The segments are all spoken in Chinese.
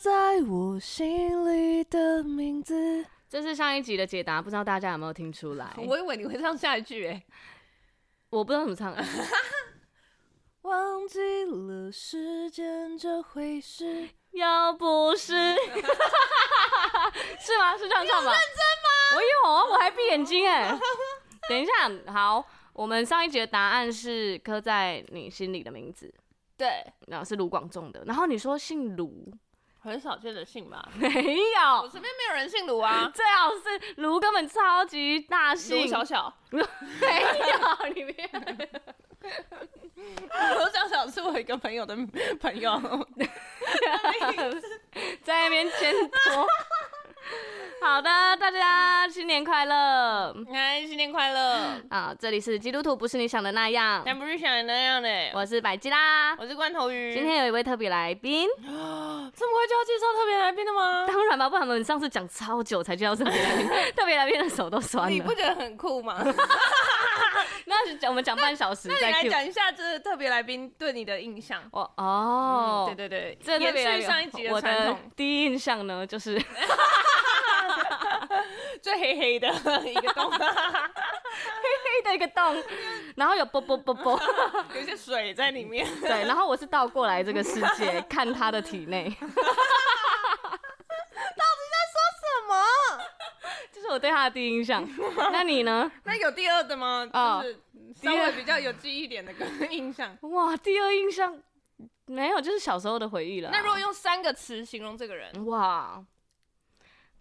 在我心里的名字。这是上一集的解答，不知道大家有没有听出来？ 我以为你会唱下一句诶、我不知道怎么唱， 忘记了时间这回事。要不是 是吗？是这样唱吧？认真吗？我有啊，我还闭眼睛哎、等一下，好，我们上一集的答案是刻在你心里的名字， 对，然后是卢广仲的。然后你说姓卢，很少见的姓吧？没我有，，身边没有人姓卢啊最好是卢根本超级大卢姓，小小，没有里面。卢小小是我一个朋友的朋友， 在那边牵 拖。好的，大家新年快乐哎，新年快乐！啊！这里是基督徒不是你想的那样，但不是想的那样嘞，我是百吉啦。我是罐头鱼。今天有一位特别来宾，这么快就要介绍特别来宾了吗？当然吧，不然我们上次讲超久才介绍特别来宾， 特别来宾的手都酸你了不。觉得很酷吗？那是讲我们讲半小时那你再来 Q 讲一下这特别来宾对你的印象。嗯我哦，对对对，这特别延来宾续上一集我的传的统，第一印象呢，就是 最黑黑 的一个洞，黑的一个洞，然后有啵啵 啵啵，有一些水在里面。对，然后我是倒过来这个世界 看他的体内，什么？这是我对他的第一印象。那你呢？那有第二的吗？哦就是稍微比较有记忆点的个印象。哇，第二印象没有，就是小时候的回忆了。 那如果用三个词形容这个人，哇，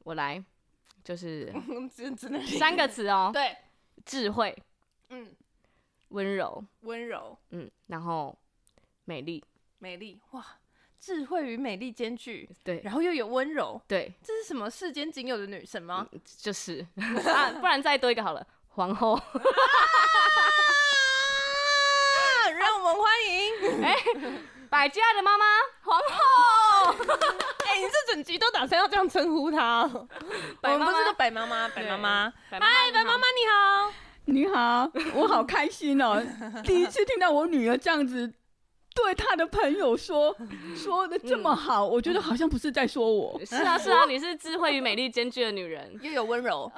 我来， 就是嗯只只能，三个词哦对，智慧、嗯，温柔，温柔、嗯，然后美丽，美丽，哇，智慧与美丽兼具，对然后又有温柔，对，这是什么世间仅有的女神吗？就是啊，不然再多一个好了，皇后。啊，让我们欢迎！哎、百家的妈妈，皇后，哎、你这整集都打算要这样称呼她 哦、白我们妈妈不是都白妈妈，白妈妈，嗨，嗨，白妈妈你好，你好，我好开心 哦！第一次听到我女儿这样子对她的朋友 说说的这么好，嗯我觉得好像不是在说我，是啊是啊，你是智慧与美丽兼具的女人。又有温柔，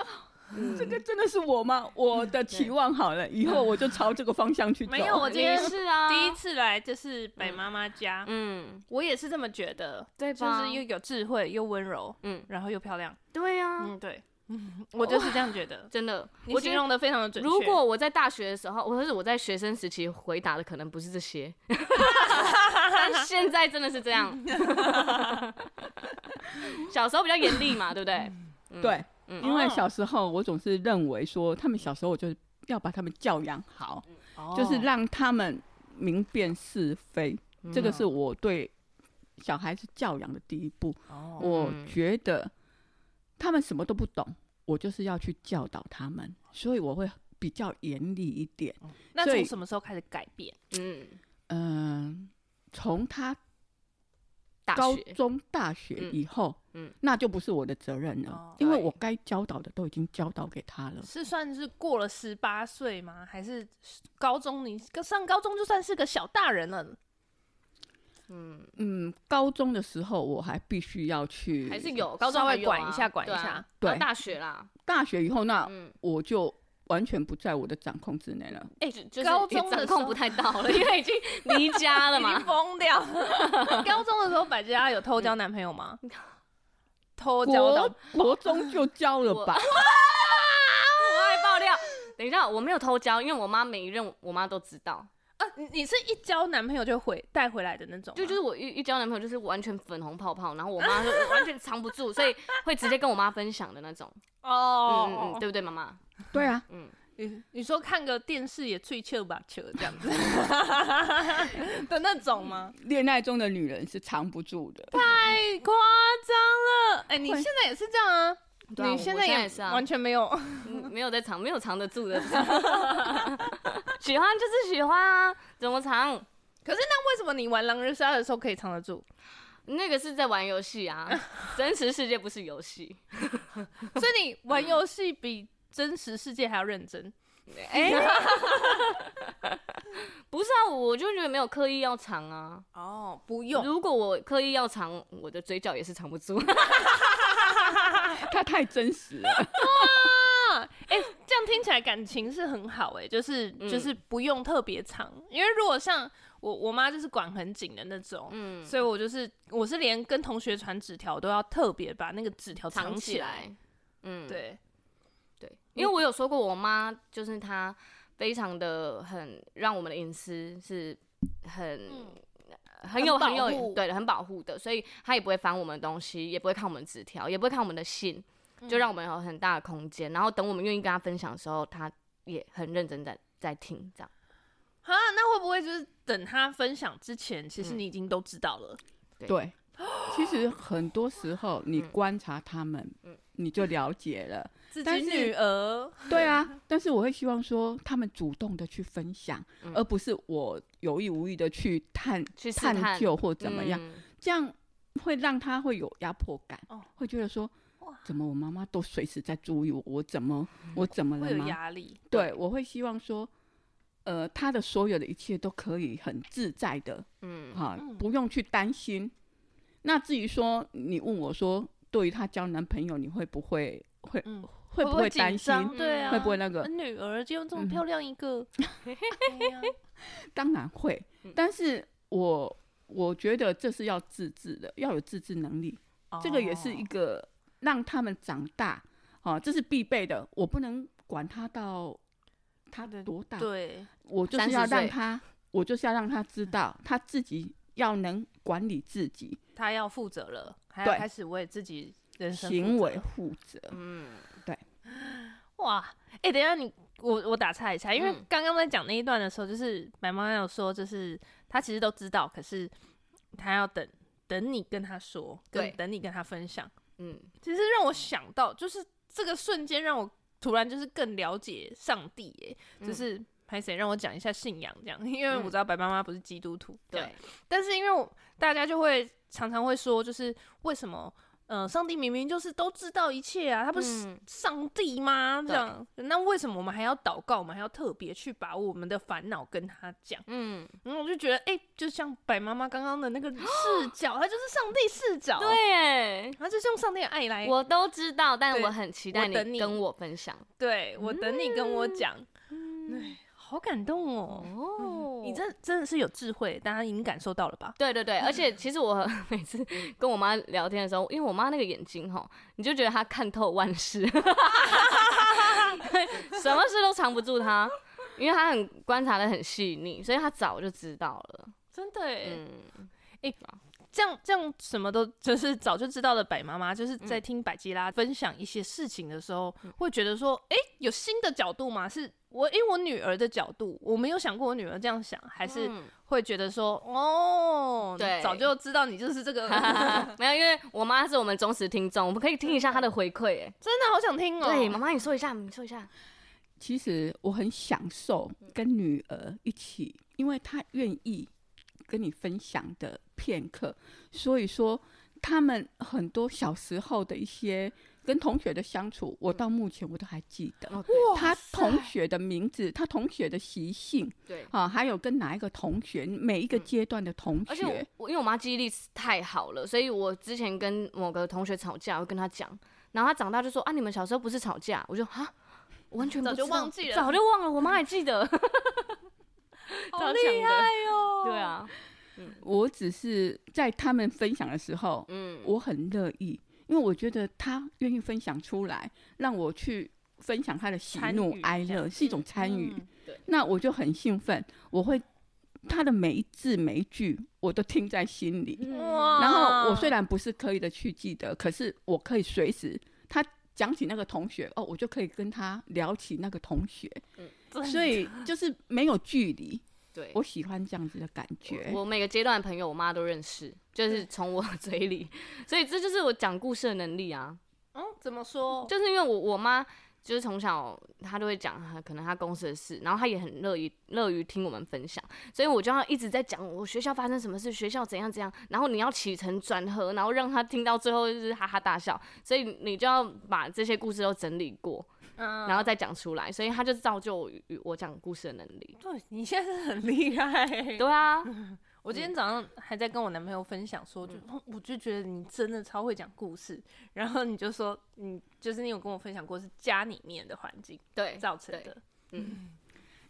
嗯这个真的是我吗？我的期望好了，以后我就朝这个方向去走。没有我今天你是啊，第一，次来就是白妈妈家，嗯，我也是这么觉得，对就吧？是又有智慧又温柔，嗯，然后又漂亮，对啊，嗯，对， 嗯，我就是这样觉得。真的，你我觉形得容的非常的准确。如果我在大学的时候，或者是我在学生时期回答的可能不是这 些，但现在真的是这样。小时候比较严厉嘛，对不对？对，嗯因为小时候我总是认为说，他们小时候我就是要把他们教养好，哦就是让他们明辨是非，嗯这个是我对小孩子教养的第一步。哦我嗯觉得他们什么都不懂，我就是要去教导他们，哦所以我会比较严厉一点。那所从以什么时候开始改变？嗯，嗯、从他大高学中、大学嗯以后，嗯那就不是我的责任了，哦因为对我该教导的都已经教导给他了。嗯是算是过了十八岁吗？还是高中？你上高中就算是个小大人了，嗯，嗯，高中的时候我还必须要嗯去，还是有高中稍还微有啊管一下，管一对啊下。。到对大学啦，大学以后，那嗯，我就完全不在我的掌控之内了。哎就就是高中也的掌时候控不太到了，因为已经离家了 已经嘛。疯掉。 高中的时候，百吉拉有偷交男朋友吗？偷交到国国中就教了 吧？我爱爆料，等一下我没有偷交，因为我妈每一任我妈都知道。啊？你你是一交男朋友就回带回来的那种吗？就就是我一一交男朋友就是完全粉红泡泡，然后我妈就完全藏不住，所以会直接跟我妈分享的那种。嗯嗯哦嗯，，对不对，妈妈？对啊，嗯，你你说看个电视也吹球吧球这样 子的那种吗？恋爱中的女人是藏不住的。太夸张了！哎、你现在也是这样啊？对啊你我现我现在也也是啊完全没有。 嗯没有在藏，没有藏得住的。 喜欢就是喜欢啊，怎么藏？可是那为什么你玩狼人杀的时候可以藏得住？那个是在玩游戏啊，真实世界不是游戏。所以你玩游戏比真实世界还要认真。哎、不是啊，我就觉得没有刻意要藏啊。哦，不用，如果我刻意要藏，我的嘴角也是藏不住。他太真实了。哎、这样听起来感情是很好哎、就是嗯就是不用特别长，因为如果像我我妈就是管很紧的那种，嗯，所以我就是我是连跟同学传纸条都要特别把那个纸条 藏起起来。嗯，对，对，嗯因为我有说过，我妈就是她非常的很让我们的隐私是很、很有嗯很很保有护对很保护的，所以她也不会翻我们的东西，也不会看我们的纸条，也不会看我们的信，嗯就让我们有很大的空间。然后等我们愿意跟她分享的时候，她也很认真在在听这样。啊，那会不会就是等他分享之前，其实嗯你已经都知道了？对，其实很多时候你嗯观察他们，你就了解了。自己但是女儿，嗯对啊，但是我会希望说他们主动的去分享，嗯而不是我有意无意的去探去试探探究或怎么样，嗯这样会让他会有压迫感，哦会觉得说哇。怎么我妈妈都随时在注意我，我怎么嗯我怎么会了有吗？压力。对，我会希望说，呃，他的所有的一切都可以很自在的，嗯哈、嗯不用去担心。那至于说你问我说，对于她交男朋友，你会不会会、嗯会不会会担紧心？张对啊，会不会那个呃？女儿就这么嗯漂亮一 个？哎呀当然会，嗯但是我我觉得这是要自制的，要有自制能力。这个也是一个哦让他们长大，哦、这是必备的。我不能管他到他对多大，对，我就是30要让岁他，我就是要让他知道他自己要能管理自己她要负责了，还要对开始为自己人生负责行为负责。嗯，哇，哎、等一下你我我打岔一下，因为嗯刚刚在讲那一段的时候，就是妈妈有说，就是她其实都知道，可是她要等等你跟她说，跟对等你跟她分享。嗯其实让我想到，就是这个瞬间让我突然就是更了解上帝、耶，嗯就是拍谁让我讲一下信仰这样，因为我嗯知道白妈妈不是基督徒，这样对，但是因为我大家就会常常会说，就是为什么？呃，上帝明明就是都知道一切啊，他不是嗯上帝吗？这对样，那为什么我们还要祷告？我们还要特别去把我们的烦恼跟他讲？嗯，然后我就觉得，哎、就像白妈妈刚刚的那个视角，她就是上帝视角，，对耶。她就是用上帝的爱来，我都知道，但哎对我很期我待等你你跟我分享对我等你跟嗯我讲，对，好感动哦。哦你这真的是有智慧，大家已经感受到了吧？对对对，而嗯且其实我 每次跟我妈聊天的时候，因为我妈那个眼睛吼，你就觉得她看透万事， 什么事都藏不住她，因为她很观察的很细腻，所以她早就知道了。真的耶，嗯，这样这样什么都就是早就知道的百妈妈，就是嗯在听百吉拉分享一些事情的时候，会觉得说，诶，有新的角度吗？是我诶，我女儿的角度，我没有想过我女儿这样想，还是嗯会觉得说，哦，你对早就知道你就是这个， 真嗯 没有，因为我妈是我们忠实听众，我们可以听一下她的回馈。哎，的好想听哦、对，妈妈你说一下，你说一下。其实我很享受嗯跟女儿一起，因为她愿意跟你分享的片刻，所以说他们很多小时候的一些跟同学的相处，我到目前我都还记得。哦，他同学的名字，他同学的习性对。啊，还有跟哪一个同学，每一个阶段的同嗯而学，且我我因为我妈记忆力太好了，所以我之前跟某个同学吵架，我会跟她讲，然后她长大就说啊，你们小时候不是吵架？我就啊，我完全不早就知道忘记了早就忘了，我妈还记 得， 好厉害哦、对，啊，我只是在他们分享的时候，嗯，我很乐意，因为我觉得他愿意分享出来，让我去分享他的喜参怒与哀这样乐，是一种参与。嗯那我就很兴奋，我会他的每一字每一句我都听在心里。嗯哇然后我虽然不是刻意的去记得，可是我可以随时他讲起那个同学哦，我就可以跟他聊起那个同学，嗯所以就是没有距离。对，我喜欢这样子的感 觉。我每个阶段的朋友，我妈都认识，就是从我 嘴里，所以这就是我讲故事的能力啊，嗯，怎么说？就是因为我我妈。就是从小她都会讲她可能她公司的事，然后她也很乐意乐于听我们分享，所以我就要一直在讲我学校发生什么事，学校怎样怎样，然后你要起承转合，然后让她听到最后就是哈哈大笑，所以你就要把这些故事都整理过，嗯然后再讲出来，所以他就造就我我讲故事的能力。对你现在是很厉害。对啊，嗯我今天早上还在跟我男朋友分享说，就、嗯哦我就觉得你真的超会讲故事。然后你就说，你就是你有跟我分享过是家里面的环境对，造成哎对的。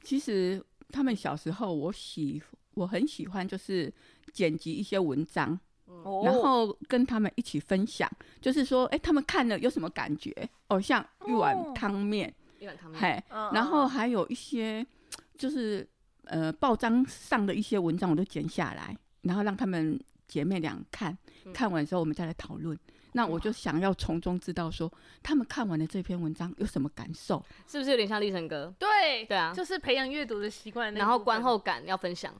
其实他们小时候，我喜我很喜欢就是剪辑一些文章，嗯哦然后跟他们一起分享，就是说，哎、他们看了有什么感觉？哦，像一哦碗汤面，一碗汤面，嘿，嗯然后嗯还有一些就是呃报章上的一些文章，我都剪下来，然后让他们姐妹俩看，嗯看完之后我们再来讨论。那我就想要从中知道说，他们看完了这篇文章有什么感受？是不是有点像立成哥？对对啊就是培养阅读的习惯。然后观，后感要分享，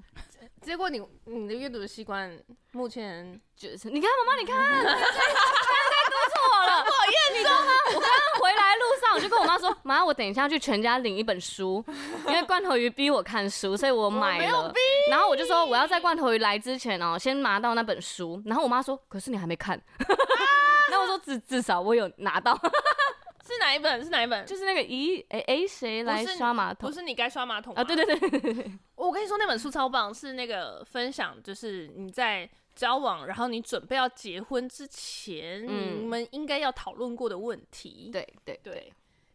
结果你你的阅读的习惯目前就是你看妈妈，你看，你看错了，讨厌你知道吗？我刚刚回来路上我就跟我妈说，妈，我等一下去全家领一本书，因为罐头鱼逼我看书，所以 我买没有了。然后我就说我要在罐头鱼来之前哦、先拿到那本书。然后我妈说，可是你还没看。 那我说至至少我有拿到，是哪一本？是哪一本？就是那个咦哎哎谁来不是刷马桶不是你该刷马桶啊？对吗对对，我跟你说，那本书超棒，是那个分享，就是你在交往，然后你准备要结婚之前，嗯你们应该要讨论过的问题。对对对，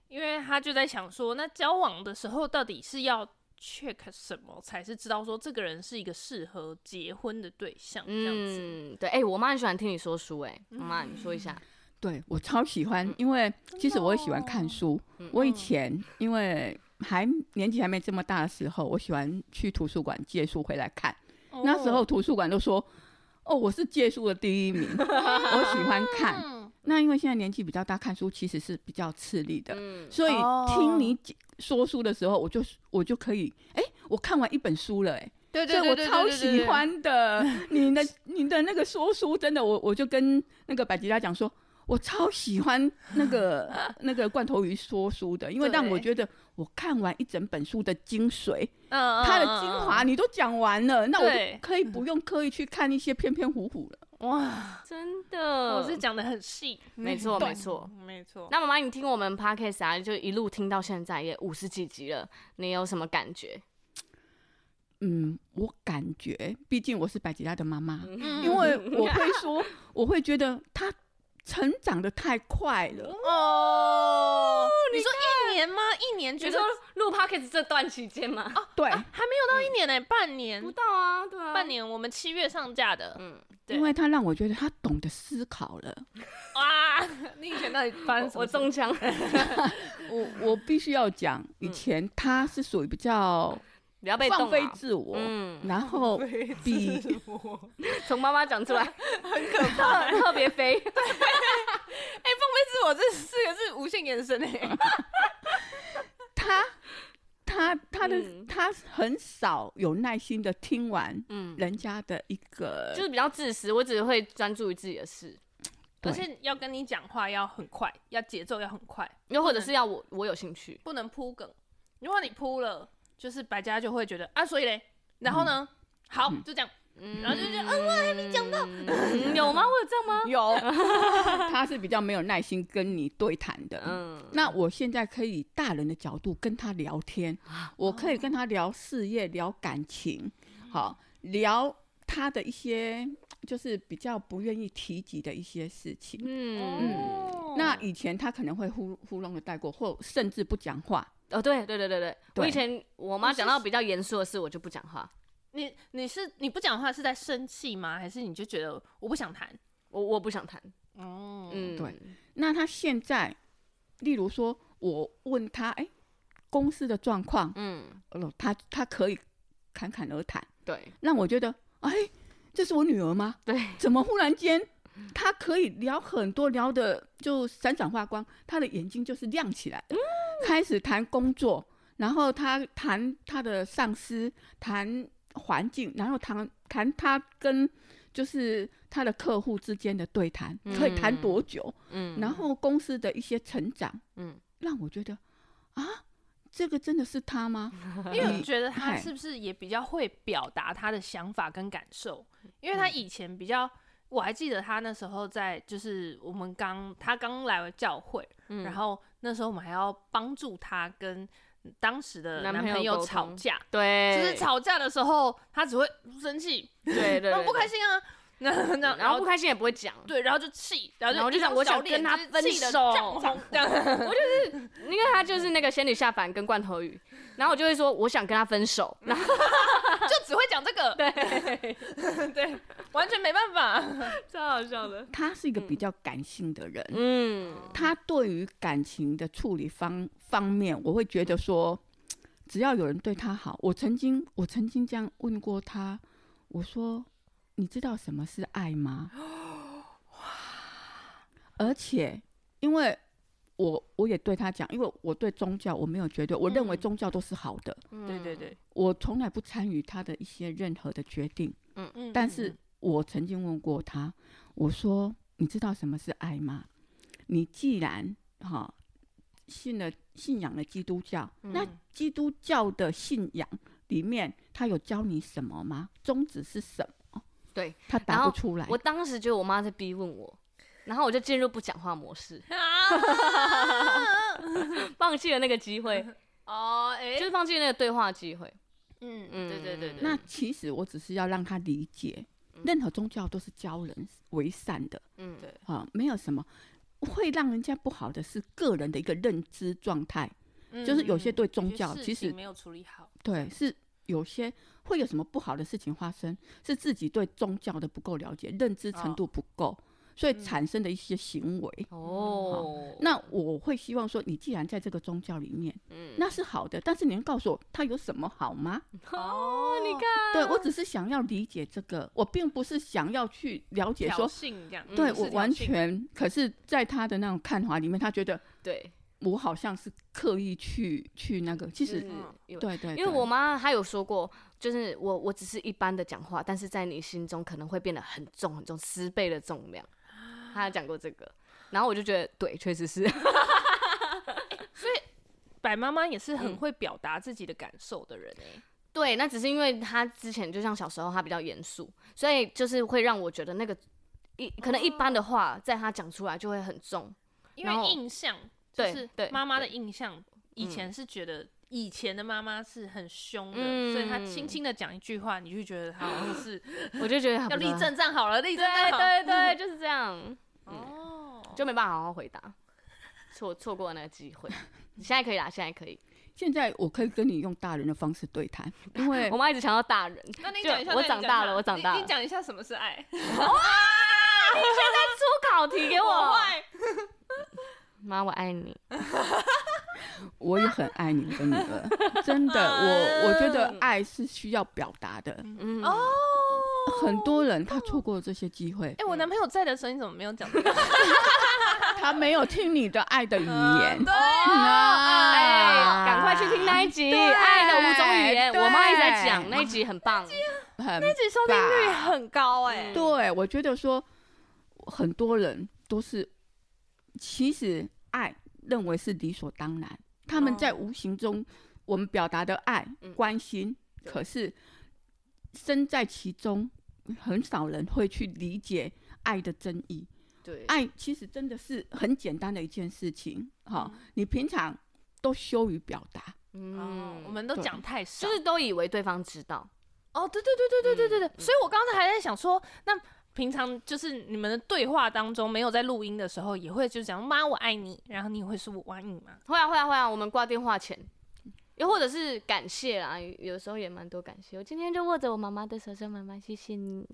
因为他就在想说，那交往的时候到底是要 check 什么，才是知道说这个人是一个适合结婚的对象，这样子。嗯对哎、我妈很喜欢听你说书哎、我妈你说一下，对我超喜欢，因为其实我也喜欢看书。嗯我以前因为还年纪还没这么大的时候，我喜欢去图书馆借书回来看。那时哦候图书馆都说：“哦，我是借书的第 一名，我喜欢看。嗯，”那因为现在年纪比较大，看书其实是比较吃力的，嗯所以哦听你解说书的时候，我就我就可以，哎、我看完一本书了、哎。对所对以我对对对超喜。欢 的。你的你的那个说书，真的，我我就跟那个百吉拉讲说，我超喜欢那 个那个罐头鱼说书的，因为让我对觉得我看完一整本书的精髓，嗯，它的精华你都讲完了，那我对就可以不用刻意去看一些偏偏糊糊了。哇，真的，我是讲的很细，没错对没错。没错。那妈妈，你听我们 podcast 啊，就一路听到现在也五十几集了，你有什么感觉？嗯，我感觉，毕竟我是百吉拉的妈妈，嗯 因 为我会说，我会觉得她成长的太快了。哦，你说一年吗？一年觉你得说录 podcast 这段期间吗？啊对，还没有到一年呢、欸半不年，到啊，对啊，半，年。我们七月上架的，嗯，对因为她让我觉得她懂得思考了。哇！你以前到底发生我我中枪，我我必须要讲，以前他是属于比较不要被放动飞啊。自我，嗯，然后比从妈妈讲出来，很可怕， 特别飞。哎、放飞自我这四个字无限延伸哎、他他他的、嗯他很少有耐心的听完嗯，人家的一个就，是比较自私，我只会专注于自己的事，对而且要跟你讲话要很快，要节奏要很快，又或者是要我我有兴趣。不能铺梗。如果你铺了，就是百家就会觉得啊，所以嘞，然后呢？好，就这样。嗯然后就觉得嗯嗯，我还没讲到，有吗？我有这样吗？有，他是比较没有耐心跟你对谈的。嗯，那我现在可以以大人的角度跟他聊天，啊我可以跟他聊事业、聊感情，嗯好聊他的一些就是比较不愿意提及的一些事情。嗯，嗯那以前他可能会糊糊弄的带过，或甚至不讲话。哦，对对对对对，我对以前我妈讲到比较严肃的事，我就不讲话。你你是你不讲话是在生气吗？还是你就觉得我不想谈？我我不想谈，哦，嗯，对，那他现在，例如说，我问他，哎、公司的状况，嗯，呃，他他可以侃侃而谈，对让我觉得，哎、这是我女儿吗？对，怎么忽然间，他可以聊很多，聊的就闪闪发光，他的眼睛就是亮起来嗯了，开始谈工作，然后他谈他的上司，谈环境，然后谈谈他跟就是他的客户之间的对谈，可以谈多久，嗯，然后公司的一些成长，嗯，让我觉得啊，这个真的是他吗？因为你我觉得他嗨是不是也比较会表达他的想法跟感受？因为他以前比较我还记得他那时候在，就是我们刚他刚来教会，嗯然后那时候我们还要帮助他跟当时的男男朋友朋沟友通吵架，就对，是吵架的时候他只会生气，对 对哎对那对我不开心啊，那那然后不开心也不会讲，对，然后就气，然然后后就就一想张我想小脸跟他就是分气得手涨红这 样。因为他就是那个仙女下凡跟罐头鱼，然后我就会说我想跟他分 手，然后就只会讲这个，对对，完全没办法。 超好笑的，他是一个比较感性的人， 嗯，他对于感情的处理方方面，我会觉得说，只要有人对他好，我曾经我曾经这样问过他，我说你知道什么是爱吗？ 而且因为我我也对他讲，因为我对宗教我没有绝对，我认为嗯宗教都是好的，对对对，对，我从来不参与他的一些任何的决定。嗯但是我曾经问过他，我说：“你知道什么是爱吗？你既然哈、信了信仰了基督教，那嗯基督教的信仰里面，他有教你什么吗？宗旨是什么？”对，他然答后不出来。我当时觉得我妈在逼问我，然后我就进入不讲话模式，嗯啊放弃了那个机 会， 哦，哎就是放弃那个对话机会，嗯嗯对对对对，那其实我只是要让他理解，任何宗教都是教人为善的嗯，对啊，没有什么会让人家不好的是个人的一个认知状态。嗯就是有些嗯对有宗些教事其情实没有处理好，对，是有些会有什么不好的事情发生，是自己对宗教的不够了解，认知程哦度不够，所以嗯产生的一些行为。哦，那我会希望说，你既然在这个宗教里面，嗯那是好的，但是你能告诉我它有什么好吗？哦，你看，对我只是想要理解这个，我并不是想要去了解挑说，衅这样，对嗯我完。是挑衅全。可是，在他的那种看法里面，他觉得对，我好像是刻意去去那个，其就实是有对对，嗯因为对我妈她有说过，就是我我只是一般的讲话，但是在你心中可能会变得很重很重，十倍的重量。她有讲过这个，然后我就觉得对，确实是， 白妈妈也是很嗯会表达自己的感受的人哎，对。那只是因为她之前就像小时候她比较严肃，所以就是会让我觉得那个一可能一般的话，在她讲出来就会很重。因然后为印象就对是对妈妈的对印象，以嗯前是觉得。以前的妈妈是很凶的，嗯所以她轻轻的讲一句话，你就觉得她好像 是我就觉得很要不立得，正站好了，立正站对好。对 对，就是这样，哦，就没办法好好回答，错错过了那个机会。 现在可以啦，现在可以。现在我可以跟你用大人的方式对谈，因为我妈一直强调大 人，那你就讲一下，我那你长讲一大下了我长你大了你讲一下什么是爱？出考题给我我。会，妈，我爱你。我也很爱你的 女儿，真的，我我觉得爱是需要表达的。嗯，哦，很多人他错过了这些机会，哎，我男朋友在的时候，你怎么没有讲这个？他没有听你的爱的语言。哦嗯哦哎，啊赶快去听那一集《爱的五种语言》，对我妈一直在讲那一集很棒。嗯很自己收听率很高哎对，我觉得说很多人都是，其实爱认为是理所当然，他们在无形中我们表达的爱、哦嗯关心，对可是身在其中，很少人会去理解爱的真意。对，爱其实真的是很简单的一件事情，哈、你平常都羞于表达，哦嗯，我们都对讲太少就。是都以为对方知道。哦，对对对对对对对对，嗯所以我刚才还在想说，那平常就是你们的对话当中，没有在录音的时候，也会就讲妈我爱你，然后你也会说我爱你吗？会啊，会啊，会啊，我们挂电话前。又或者是感谢啦，有时候也蛮多感谢。我今天就握着我妈妈的手说：“妈妈，谢谢你。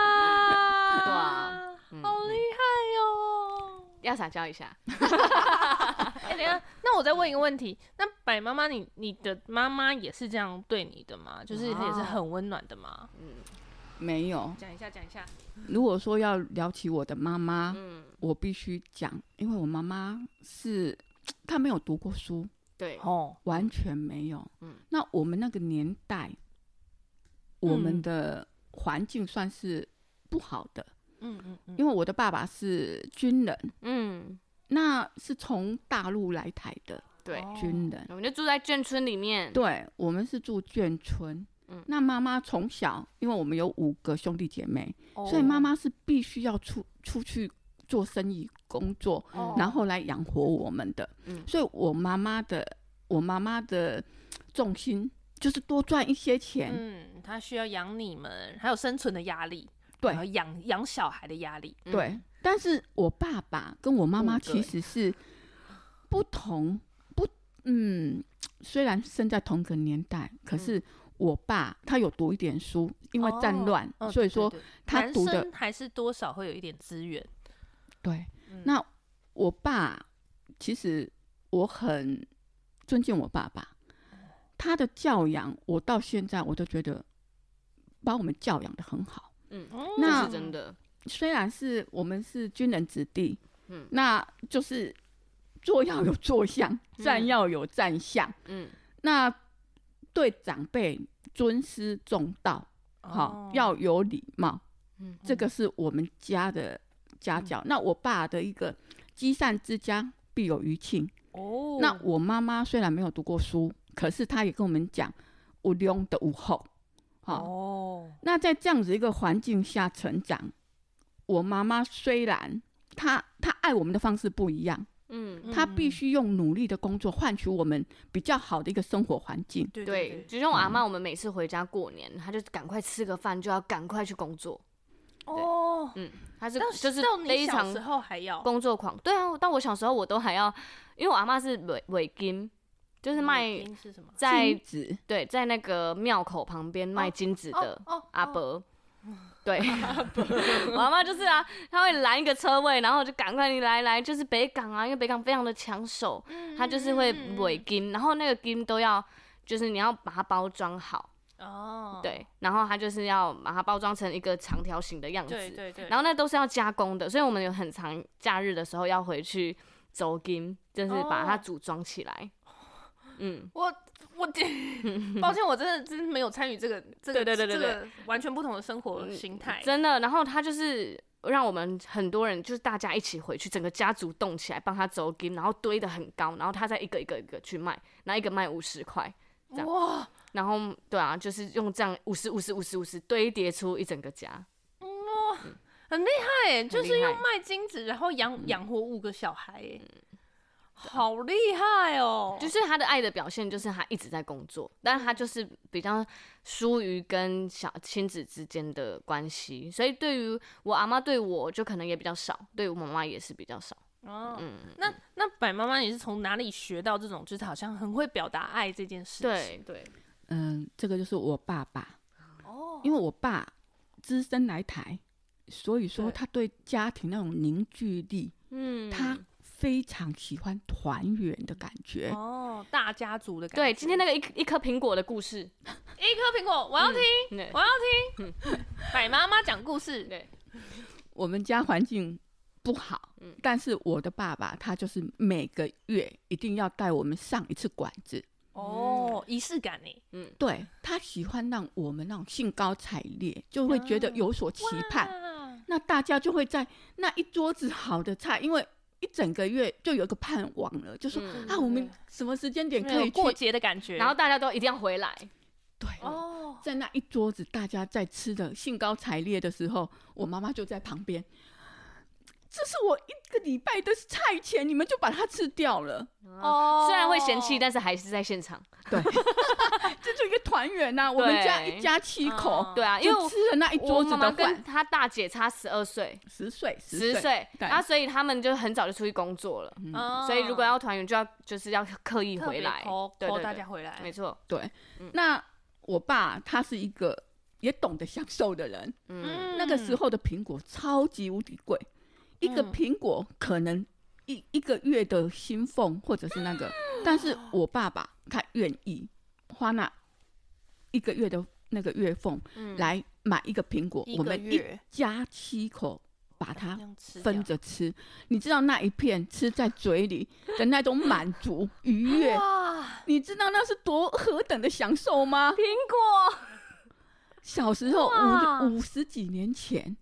啊哇，嗯好厉害哦！”要撒娇一下。哎、等一下，那我再问一个问题，那白妈妈，你你的妈妈也是这样对你的吗？就是也是很温暖的吗？嗯没有。讲一下，讲一下。如果说要聊起我的妈妈，嗯，我必须讲，因为我妈妈是她没有读过书，对，哦，完全没有。嗯那我们那个年代，我们嗯的环境算是不好的，嗯嗯嗯，因为我的爸爸是军人，嗯，那是从大陆来台的对，哦军人。我们就住在眷村里面。对，我们是住眷村，嗯那妈妈从小，因为我们有五个兄弟姐妹，哦所以妈妈是必须要出出去做生意工作，哦然后来养活我们的。嗯所以我妈妈的我妈妈的重心就是多赚一些钱，嗯，他需要养你们，还有生存的压力，对然后养养小孩的压力，嗯对。但是我爸爸跟我妈妈五个其实是不同，不嗯，虽然生在同个年代，嗯可是我爸他有读一点书，因为哦战乱，嗯所以对说对对他男读的生还是多少会有一点资源。对，嗯那我爸其实我很尊敬我爸爸，他的教养我到现在我都觉得把我们教养的很好。嗯，嗯这那是真的，虽然是我们是军人子弟，嗯那就是坐要有坐 相，站嗯要有站相。嗯那对长辈尊师重道，好、哦要有礼貌。嗯，这个是我们家的家教。那我爸的一个积善之家必有余庆。哦，那我妈妈虽然没有读过书，可是她也跟我们讲“无良的无后”好、哦，那在这样子一个环境下成长，我妈妈虽然她她爱我们的方式不一样，嗯，她必嗯须用努力的工作换取我们比较好的一个生活环境。对对，对，就像我阿妈，我们每次回家过年，她就赶快吃个饭，就要赶快去工作，哦，嗯，她是到就是到你非小常时候还要工作狂，对啊，到我小时候我都还要，因为我阿妈是尾尾金，就是卖礼金是什么？在金子对在那个庙口旁边卖金子的哦哦，阿伯。对，我阿妈就是啊，她会拦一个车位，然后就赶快你来来，就是北港啊，因为北港非常的抢手，嗯她就是会尾金，然后那个金都要，就是你要把它包装好，哦，对，然后它就是要把它包装成一个长条形的样子，对对对，然后后那都是要加工的，所以我们有很长假日的时候要回去走金，就是把它哦组装起来。 嗯，我我 抱歉，我真的真的没有参与这个这个对对对对对嗯这个完全不同的生活形态，真的。然后它就是让我们很多人，就是大家一起回去，整个家族动起来帮他走金，然后堆得很高，然后他再一个一个一个去卖，然后一个卖五十块，这样哇，然后对啊，就是用这样五十五十五十五十堆叠出一整个家。很厉害耶，就是厉用害卖金子，然后嗯养养活五个小孩耶，好厉害哦！就是他的爱的表现，就是他一直在工作，但是他就是比较疏于跟小亲子之间的关系，所以对于我阿妈对我就可能也比较少，对我妈妈也是比较少。哦，嗯，那那白妈妈你是从哪里学到这种，就是好像很会表达爱这件事情？对对，嗯，这个就是我爸爸，哦，因为我爸只身来台，所以说对他对家庭那种凝聚力，嗯，他非常喜欢团圆的感觉。哦，大家族的感觉。对今天那个一颗一颗苹果的故事，一颗苹果，我要听，对我要嗯听，白妈妈讲故事。对，我们家环境不好，嗯但是我的爸爸他就是每个月一定要带我们上一次馆子，哦，仪式感呢？对他喜欢让我们那种兴高采烈，就会觉得嗯有所期盼。哇那大家就会在那一桌子好的菜，因为一整个月就有一个盼望了，就说、嗯啊，我们什么时间点可有以去？过节的感觉。然后大家都一定要回来，对，哦，在那一桌子大家在吃的兴高采烈的时候，我妈妈就在旁边。这是我一个礼拜的菜钱，你们就把它吃掉了，哦嗯虽然会嫌弃，但是还是在现场。这就一个团圆呐、我们家一家七口，嗯对啊，因为哦就我吃了那一我桌子妈妈的跟饭，她大姐差十二岁，十岁，十岁，对然后所以他们就很早就出去工作了。嗯哦所以如果要团圆，就要就是要刻意特回别来， call- 对 call 对大对家回来，没错，对嗯。那我爸他是一个也懂得享受的人，嗯，那个时候的苹果超级无敌贵，一个嗯苹果可能一一个月的薪俸或者是那个，但是我爸爸他愿意花那一个月的那个月俸嗯来买一个苹果，一我个们一月家七口把它这样吃掉分着吃，你知道那一片吃在嘴里的那种满足 愉悦，哇，你知道那是多何等的享受吗？苹果，小时候哇五五十几年前，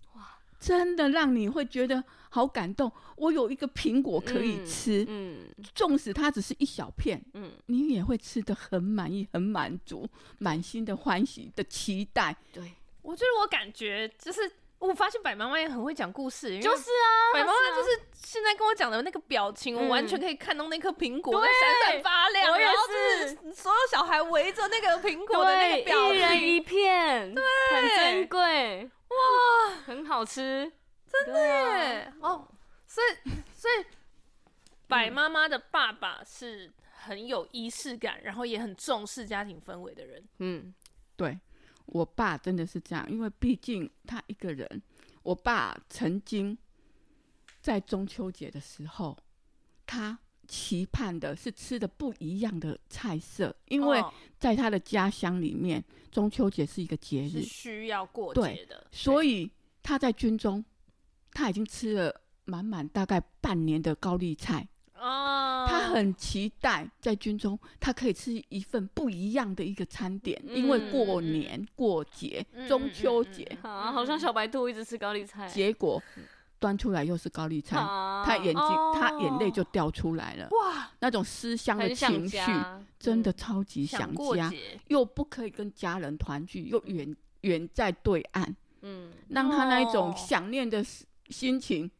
真的让你会觉得好感动。我有一个苹果可以吃，嗯纵使它只是一小片，嗯，你也会吃的很满意、很满足、满心的欢喜的期待。对，我觉得我感觉就是。我发现百妈妈也很会讲故事，因为就是啊，百妈是妈啊就是现在跟我讲的那个表情，我完嗯全可以看到那颗苹果在对闪闪发亮，我也然后就是所有小孩围着那个苹果的那个对，表一人情，一片，对，很珍贵，哇，很好吃，啊真的耶，对哦，所以所 以百妈妈的爸爸是很有仪式感，然后也很重视家庭氛围的人，嗯，对我爸真的是这样，因为毕竟他一个人。我爸曾经在中秋节的时候，他期盼的是吃的不一样的菜色，因为哦在他的家乡里面，中秋节是一个节是日，需要过对节的，所以他在军中，他已经吃了满满大概半年的高丽菜，啊，他很期待在军中他可以吃一份不一样的一个餐点，因为过嗯嗯年、过节、嗯中秋节，嗯嗯嗯啊，好像小白兔一直吃高丽菜，结果端出来又是高丽菜，啊他眼睛、哦他眼泪就掉出来了，哇，那种思乡的很想情绪家真的超级嗯想想过家，节，又不可以跟家人团聚，又远远在对岸，嗯，让他那一种哦想念的心心情，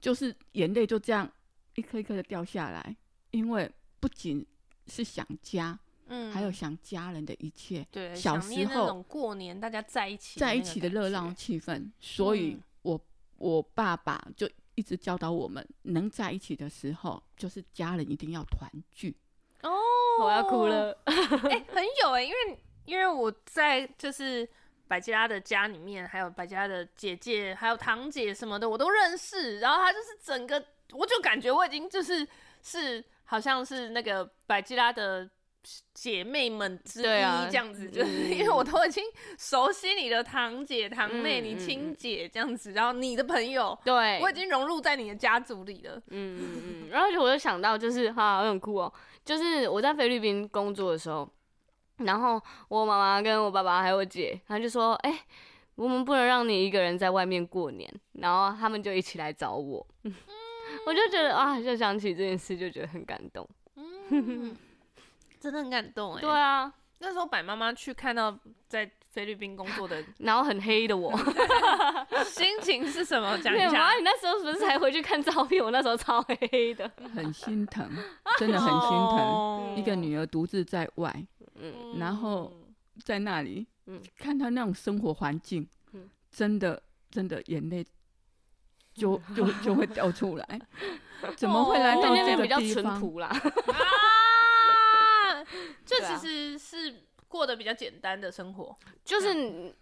就是眼泪就这样一颗一颗的掉下来，因为不仅是想家，嗯还有想家人的一切，对，小想念时那候种过年大家在一起在那一个起的感热觉闹 气氛，所以嗯我我爸爸就一直教导我们，能在一起的时候，就是家人一定要团聚。哦，我要哭。了，哎、很有哎、因为因为我在就是百吉拉的家里面，还有百吉拉的姐姐，还有堂姐什么的，我都认识。然后她就是整个，我就感觉我已经就是是好像是那个百吉拉的。姐妹们之一对啊这样子，就是嗯因为我都已经熟悉你的堂姐、堂妹、嗯你嗯亲嗯姐这样子，然后你的朋友，对，我已经融入在你的家族里了。嗯嗯嗯， 然后就我就想到，就是哈，我很酷哦，就是我在菲律宾工作的时候，然后我妈妈跟我爸爸还有我姐，他就说，哎、我们不能让你一个人在外面过年，然后他们就一起来找我， 我就觉得啊，就想起这件事，就觉得很感动。嗯， 真的很感动哎、对啊，那时候百妈妈去看到在菲律宾工作 的然后很黑 的我，心情是什么？讲对一下妈，。你那时候不是才回去看照片？我那时候超黑的，很心疼，真的很心疼。哦一个，女儿独自在外，嗯，然后在那里，嗯看她那种生活环境，嗯真的真的眼泪就就就会掉 出来。怎么会来嗯哦在到那这边个比较地淳方？朴啦，啊，就对其啊实是过得比较简单的生活。就是你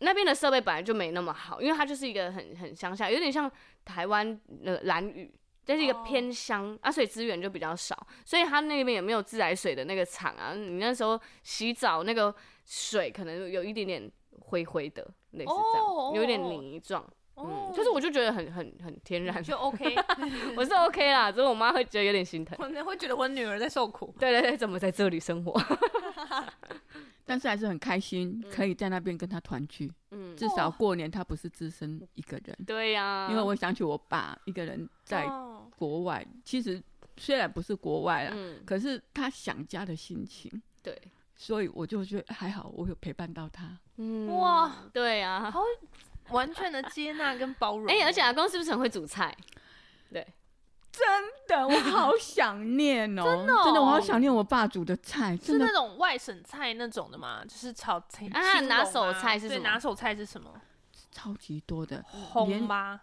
那边的设备本来就没那么好，因为它就是一个很很乡下，有点像台湾的蓝屿，就是一个哦偏乡、啊，所以资源就比较少，所以它那边也没有自来水的那个厂啊。你那时候洗澡那个水可能有一点点灰灰的，类似这样，哦有一点泥状。嗯，可是我就觉得很很很天然，就 OK， 我是 OK 啦，只是我妈会觉得有点心疼。我会觉得我女儿在受苦。对对对，怎么在这里生活？但是还是很开心，可以在那边跟她团聚。嗯，至少过年她不是只身一个人，对呀、因为我想起我爸一个人在哦国外，其实虽然不是国外啦，嗯可是他想家的心情，对，所以我就觉得还好，我有陪伴到他。嗯哇，对呀、完全的接纳跟包容。哎、而且阿公是不是很会煮菜？真的，我好想念哦，真的哦我好想念我爸煮的菜，是真的那种外省菜那种的嘛，就是炒菜啊青龙拿手菜是对，什么拿手菜是什么？超级多的。红吧，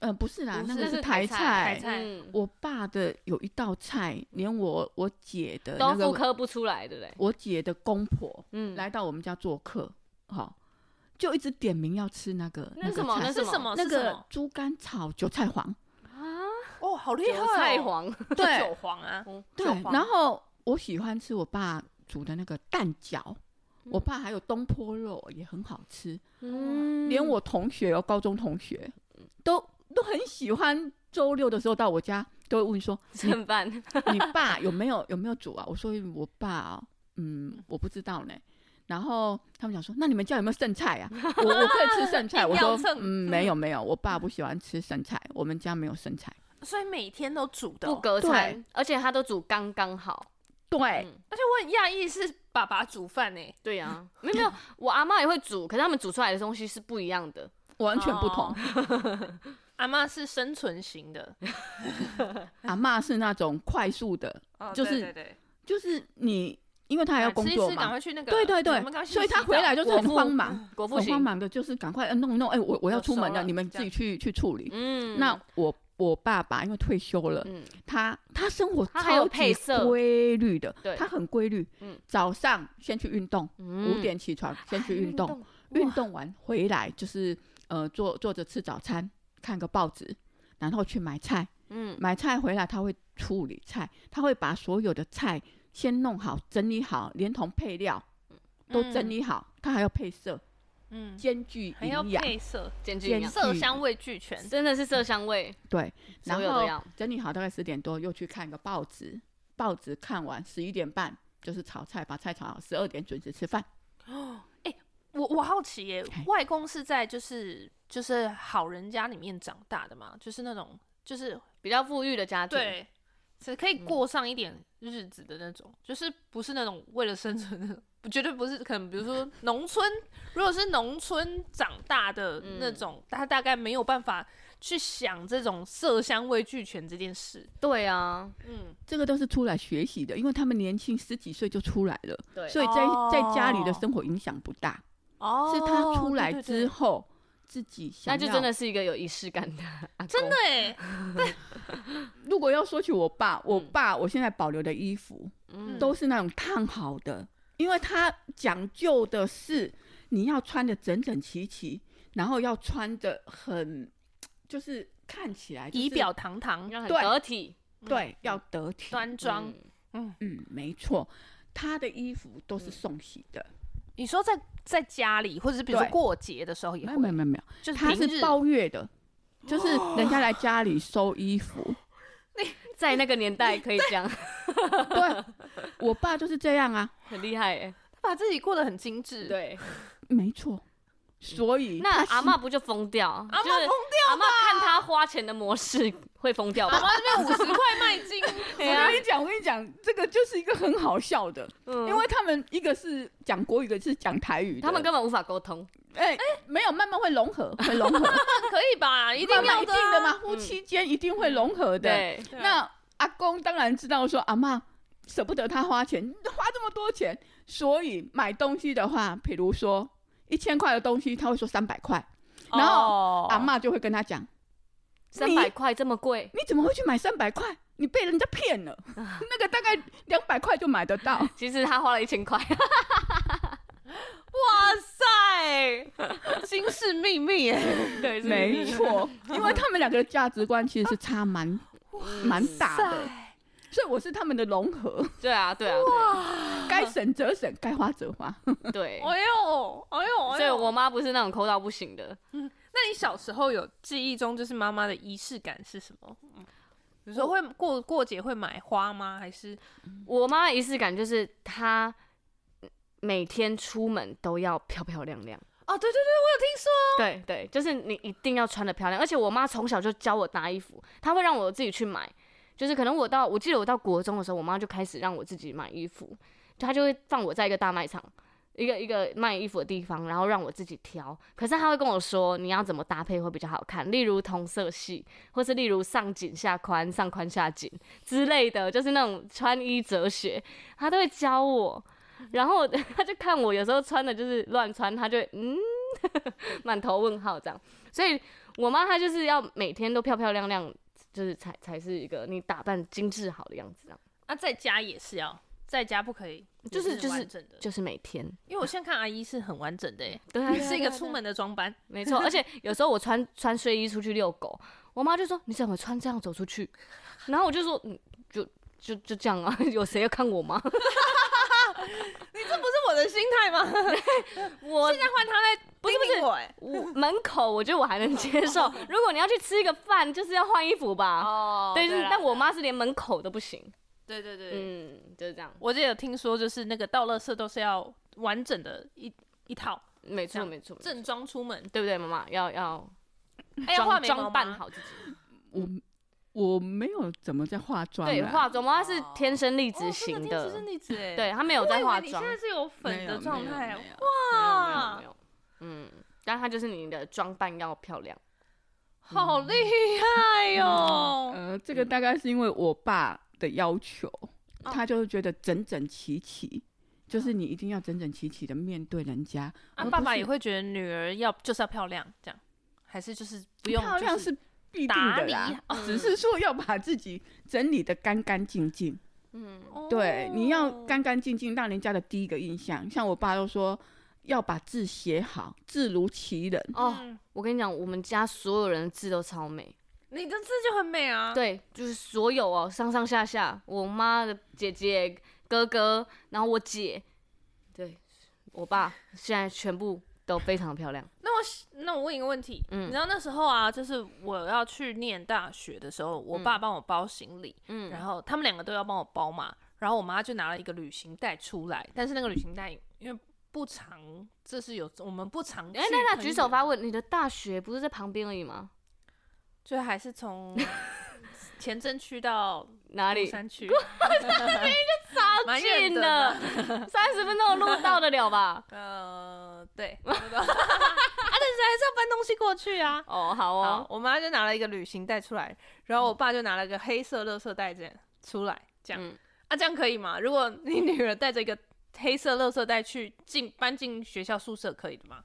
呃，不是啦，不是那个那是台台菜台菜嗯，我爸的有一道菜，连我我姐的都那复个刻不出来，对不对？我姐的公婆嗯，来到我们家做客，好、就一直点名要吃那个那个什么菜那是什什么？那是什个么猪肝炒韭菜黄，哦，好厉害啊韭哦！菜 黄，对韭黄啊，哎对韭，黄然后我喜欢吃我爸煮的那个蛋饺，我爸还有东坡肉也很好吃，嗯 连我同学哦，高中同学嗯都都很喜欢。周六的时候到我家，都会 问说剩饭，你爸有没有有没有煮啊？我说我爸哦、嗯，我不知道呢。然后他们讲说，那你们家有没有剩菜啊？我我可以吃剩菜。我硬要说，蹭嗯，没有没有，我爸不喜欢吃剩菜，我们家没有剩菜。所以每天都煮的哦、不隔对餐，而且他都煮刚刚好。对，嗯而且我很讶异是爸爸煮饭欸呢、对呀、啊，没有没有，我阿妈也会煮，可是他们煮出来的东西是不一样的。完全不同哦。阿妈是生存型的，阿嬷是那种快速的，哦就是对对对就是你，因为他还要啊工吃一作吃赶嘛，快去那个，对对你们赶对，快去所以他洗澡回来就是很我父慌忙，国父很型慌，忙的，就是赶快呃弄一弄，哎，我我要我出熟门了，了你们自己去去处理。嗯那我我爸爸因为退休了，嗯他他生活他还有超级配色规律的对，他很规律嗯。早上先去运动，嗯五点起床先去运动，，运动完回来就是呃坐坐着吃早餐，看个报纸，然后去买菜。嗯买菜回来他会处理菜，他会把所有的菜先弄好、整理好，连同配料都整嗯理好，他还要配色，嗯，兼具还要营养。嗯配色，兼具营兼养，色香味俱全。真的是色香味，对，然所有都后要整理好大概十点多又去看个报纸，报纸看完十一点半就是炒菜，把菜炒好，十二点准时吃饭。我我好奇耶、嘿外公是在就是就是好人家里面长大的嘛，就是那种就是比较富裕的家庭。，对，是可以过上一点日子的那种，就是不是那种为了生存的，不绝对不是。可能比如说 农村，如果是农村长大的那嗯种，他大概没有办法去想这种色香味俱全这件事。对啊，嗯，这个都是出来学习的，因为他们年轻十几岁就出来了，对所以在在家里的哦生活影响不大，哦是他出来对对之对后自己想那要。就真的是一个有仪式感的阿公，真的哎，如果要说起我爸，我嗯爸我现在保留的衣服、嗯都是那种烫好的，因为他讲究的是你要穿的整整齐齐，然后要穿的很就是看起来、就是、仪表堂堂，让很对得体，对、要得体。端庄。嗯嗯，没错，他的衣服都是送洗的，你说在在家里，或者是比如说对过节的时候也没会有，没有没有没有，就是他平是日包月 的。就是人家来家里收衣 服，在那个年代可以这样，对我爸就是这样啊，很厉害哎。他把自己过得很精致。，对，没错。所以那他阿希嬷不就疯掉？阿嬷疯掉，阿嬷看他花钱的模式会疯掉吧？那边五十块卖金，对我啊跟你讲，我跟你讲，这个就是一个很好笑的，嗯因为他们一个是讲国语，一个是讲台语的，他们根本无法沟通。哎、没有慢慢会融合，会融合，可以 吧？一一定要一定啊的嘛，夫妻间一定会融合的。嗯对，对啊那阿公当然知道说阿妈舍不得他花钱，花这么多钱，所以买东西的话，比如说一千块的东西，他会说三百块，哦然后后阿妈就会跟他讲，三百块这么贵，你怎么会去买三百块？你被人家骗了，那个大概两百块就买得到。其实他花了一千块。哇塞，金氏秘密耶！ 对，是没错， 因为他们两个的价值观其实是差蛮蛮大的，所以我是他们的 融合，对啊，对啊，对该省则省，该花则花。啊对。哎呦，哎呦，哎所以呦！我妈不是那种抠到不行的，那你小时候有记忆中就是妈妈的仪式感是什么？比如说会过过节会买花吗？还是我妈的仪式感就是她每天出门都要漂漂亮亮。哦，对对对，我有听说，对对，就是你一定要穿的漂亮。而且我妈从小就教我搭衣服，她会让我自己去买。就是可能我到我记得我到国中的时候，我妈就开始让我自己买衣服，她就会放我在一个大卖场，一个一个卖衣服的地方，然后让我自己挑。可是她会跟我说你要怎么搭配会比较好看，例如同色系，或是例如上紧下宽、上宽下紧 之类的，就是那种穿衣哲学，她都会教我。然后 她就看我有时候穿的就是乱穿，她就会嗯。满头问号这样。所以我妈她就是要每天都漂漂亮亮，就是才才是一个你打扮精致好的样子，这样啊，在家也是要，在家不可以，就是就是完整的，就是每天。因为我现在看阿姨是很完整的耶，欸对啊，对啊是一个对啊出门的装 扮，没错，而且有时候我穿穿睡衣出去遛狗，我妈就说你怎么穿这样走出去？然后我就说嗯，就就就这样啊， 有谁要看我吗？这不是我的心态 吗？我现在换他来不是不是我哎，我门口我觉得我还能接 受，如果你要去吃一个饭，就是要换衣服吧。哦对，就是啦但我妈是连门口都不行。对对对，嗯，就是这样。我记得有听说，就是那个倒垃圾都是要完整的一一套没错样没错，没错正装出门，对不对？妈妈要要哎呀，画装眉毛装吗扮好自己，我我没有怎么在化妆、啊，对，化妆妈妈是哦天生丽哦质型真的，天使是例子哎，对，她没有我以在为化你妆现，在是啊有粉的状态哦没有没有没有没有没有哇没，有，嗯，但她就是你的装扮要漂亮，好厉害哦！呃，这个大概是因为我爸的要求，嗯他就是觉得整整齐齐，就是你一定要整整齐齐的面对人家。啊，而不爸爸是也会觉得女儿要就是要漂亮，这样还是就是不用漂亮就是必定打嗯的理啦，只是说要把自己整理的干干净净。嗯，对，你要哦干干净净，让人家的第一个印象。像我爸都说要把字写好，字如其人。哦，嗯我跟你讲，我们家所有人的字都超美，你的字就很美啊，对，就是所有哦，上上下下，我妈的姐姐、哥哥，然后我姐，对我爸，现在全部都非常漂 亮。那我喜那我问一个问题，嗯你知道那时候啊，就是我要去念大学的时候，我爸帮我包行李，嗯然后他们两个都要帮我包嘛，然后我妈就拿了一个旅行袋出来，但是那个旅行袋因为不常，这是有我们不常去哎、很远，那那举手发问，你的大学不是在旁边而已吗？就还是 从前镇区到哪中里？ 山区，超蛮远近的的， 三十分钟的路到得了吧？呃，对， 啊，但是还是要搬东西过去啊。 哦，好好哦，，我妈就拿了一个旅行袋出来，然后我爸就拿了个黑色垃圾袋这样出来，这样、嗯啊，这样可以吗？如果你女儿带着一个黑色垃圾袋去进搬进学校宿舍，可以的吗？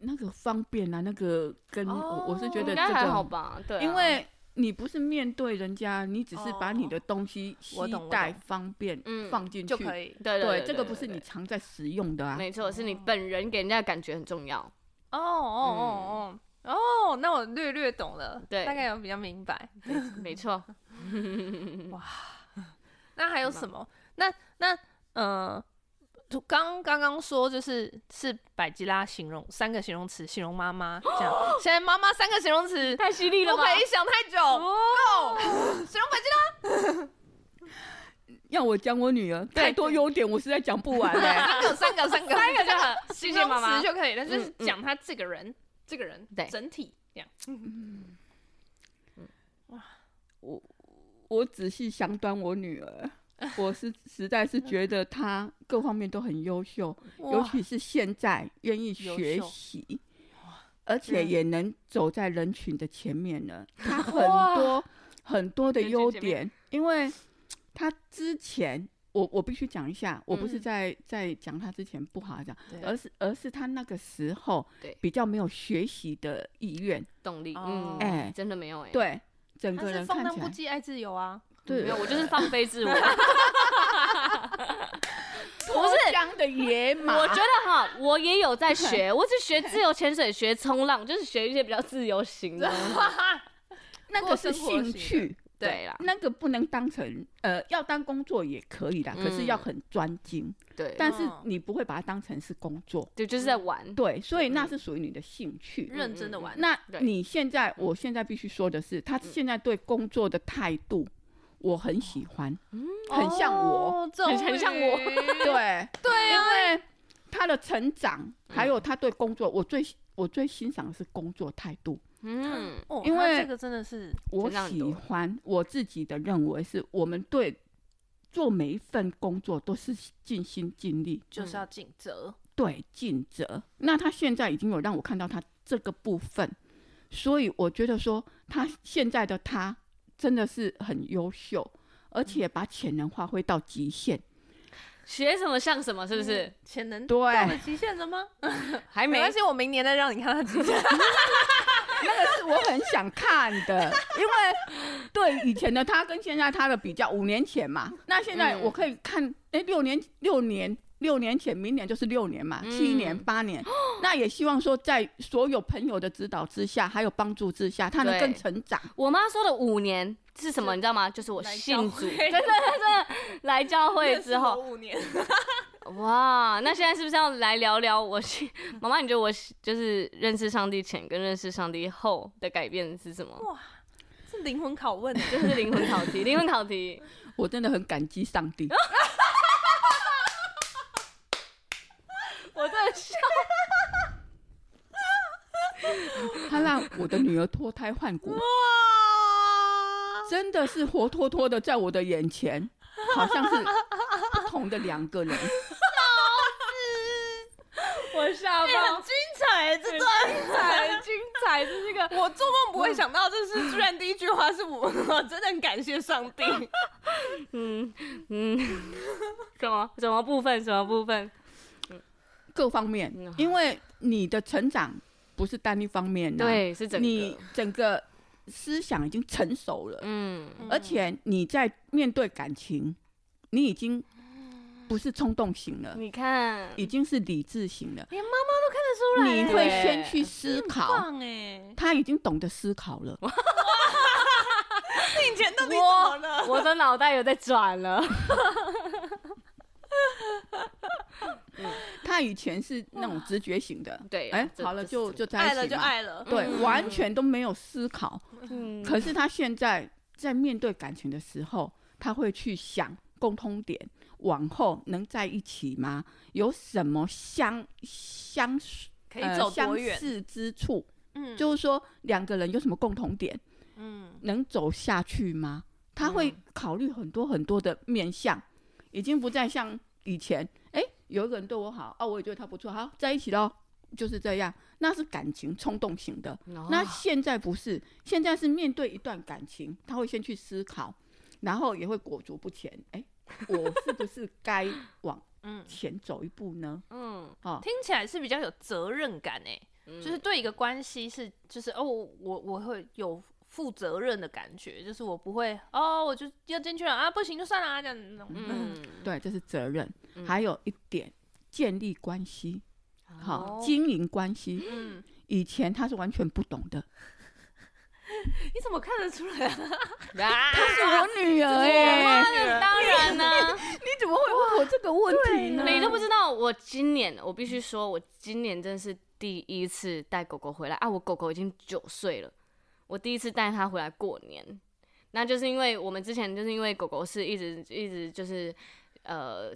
那个方便啊，那个跟、哦我我是觉应得这该还好个，吧？对啊、因为你不是面对人家，你只是把你的东西携我懂我带懂方便嗯放进去就可以对对对，这对个不是对你常在使用的啊。没错，是你本人给人家的感觉很重 要。哦哦哦哦哦，那我略略懂了，对大概有比较明白。没错，那还有什么？那那呃，就刚刚刚说就是是百吉拉形容三个形容词形容妈妈这样，现在妈妈三个形容词太犀利了不吧？可以想太久，Go，形容百吉拉。要我讲我女儿对太多优点，我实在讲不 完嘞、三个，三个，三个，三个就好，谢形谢容妈妈词就可以了，就是嗯嗯讲他这个人，这个人对整体这样。我仔细想端我女儿，我是实在是觉得她各方面都很优秀，尤其是现在愿意优学秀习，而且嗯也能走在人群的前面了。她很哇多很多的人群优前面点，因为她之前。我我必须讲一下，我不是嗯在、在讲她之前不好讲，对而是而是她那个时候对比较没有学习的意愿，动力，哦嗯，哎真的没有哎、，对整他个是人放看荡起不来羁、爱自由啊，对没有，我就是放飞 自我。不是样的野马，我觉得哈，我也有在 学，我只学自由潜水、学冲浪，就是学一些比较自由型的。那个过是生活兴型趣，对啦，那个不能当成呃，要当工作也可以啦，可是要嗯很专精，对，但是哦你不会把它当成是工作，对，就是在玩。对，所以那嗯是属于你的兴趣。认真的玩。那对嗯你现在，我现在必须说的是，他现在对工作的态度，我很喜欢，嗯很像我，哦，终于很很像我 对，对啊，因为他的成长，嗯还有他对工作，我最我最欣赏的是工作态度。嗯，哦因他为这个真的是我成长很喜多欢我自己的认为是我们对做每一份工作都是尽心尽力，就是要尽责，对尽责。那他现在已经有让我看到他这个部分，所以我觉得说他现在的他真的是很优秀，而且把潜能发挥到极限。学什么像什么，是不是嗯？潜能对到了极限了吗？还没没关系，我明年再让你看他极限。那个是我很想看的，因为对以前的他跟现在他的比较，五年前嘛，那现在嗯我可以看，哎、六年六年六年前，明年就是六年嘛，七年嗯八年，那也希望说在所有朋友的指导之下，还有帮助之下，他能对更成长。我妈说的五年是什么，是你知道吗？就是我来教信主，会真的真的 来教会 之后，五年，哇，那现在是不是要来聊聊我信 妈妈？你觉得我信就是认识上帝前跟认识上帝后的改变是什么？是灵魂拷问欸，就是灵 魂考题，灵魂考题。 我真的很感激上帝。我的女儿脱胎换骨，哇，真的是活脱脱的在我的眼前，好像是不同的两个人。我吓爆很，精彩，这段精彩，精彩，这是一个 我做梦不会想到，就是居然第一句话是我，我真的很感谢上帝。嗯嗯，什么什么部分什么部分？各方面嗯，因为你的成长不是单一方面的、，对，是整个嗯你整个思想已经成熟了，嗯而且你在面对感情，你已经不是冲动型了，你看，已经是理智型了，连妈妈你都看得出来，会先去思嗯考，棒哎！他已经懂得思考了。你以前到底怎么了？我的脑袋有在转 了，他以前是那种直觉型的，啊对啊哎、这好了这就是就在一起爱了就嘛，爱了，对，嗯完全都没有思考。嗯，可是他现在在面对感情的时候，他会去想共通点，往后能在一起吗？有什么相相可可以走多远呃相？似之处，嗯就是说两个人有什么共同点，嗯，能走下去吗？他嗯会考虑很多很多的面向，已经不再像以前，哎、有一个人对我好，哦、我也觉得他不错，好，在一起喽，就是这样，那是感情冲动型的。那那现在不是，现在是面对一段感情，他会先去思考，然后也会裹足不前。哎、我是不是该 往嗯前走一步呢？嗯，哦，听起来是比较有责任感哎，就就是对一个关系是，就是哦，我我会有负责任的感觉，就是我不会哦，我就要进去了啊，不行就算了啊，这样那种。嗯，对，这是责任。嗯还有一点，建立关系，好、哦经营关系。嗯，以前他是完全不懂的，你怎么看得出来啊？ 啊她是我女儿欸哎、当 然呢，你怎么会问我这个问题呢？你都不知道，我今年我必须说，我今年真是第一次带狗狗回来啊！我狗狗已经九岁了，我第一次带它回来过年。那就是因为我们之前就是因为狗狗是一直一直就是呃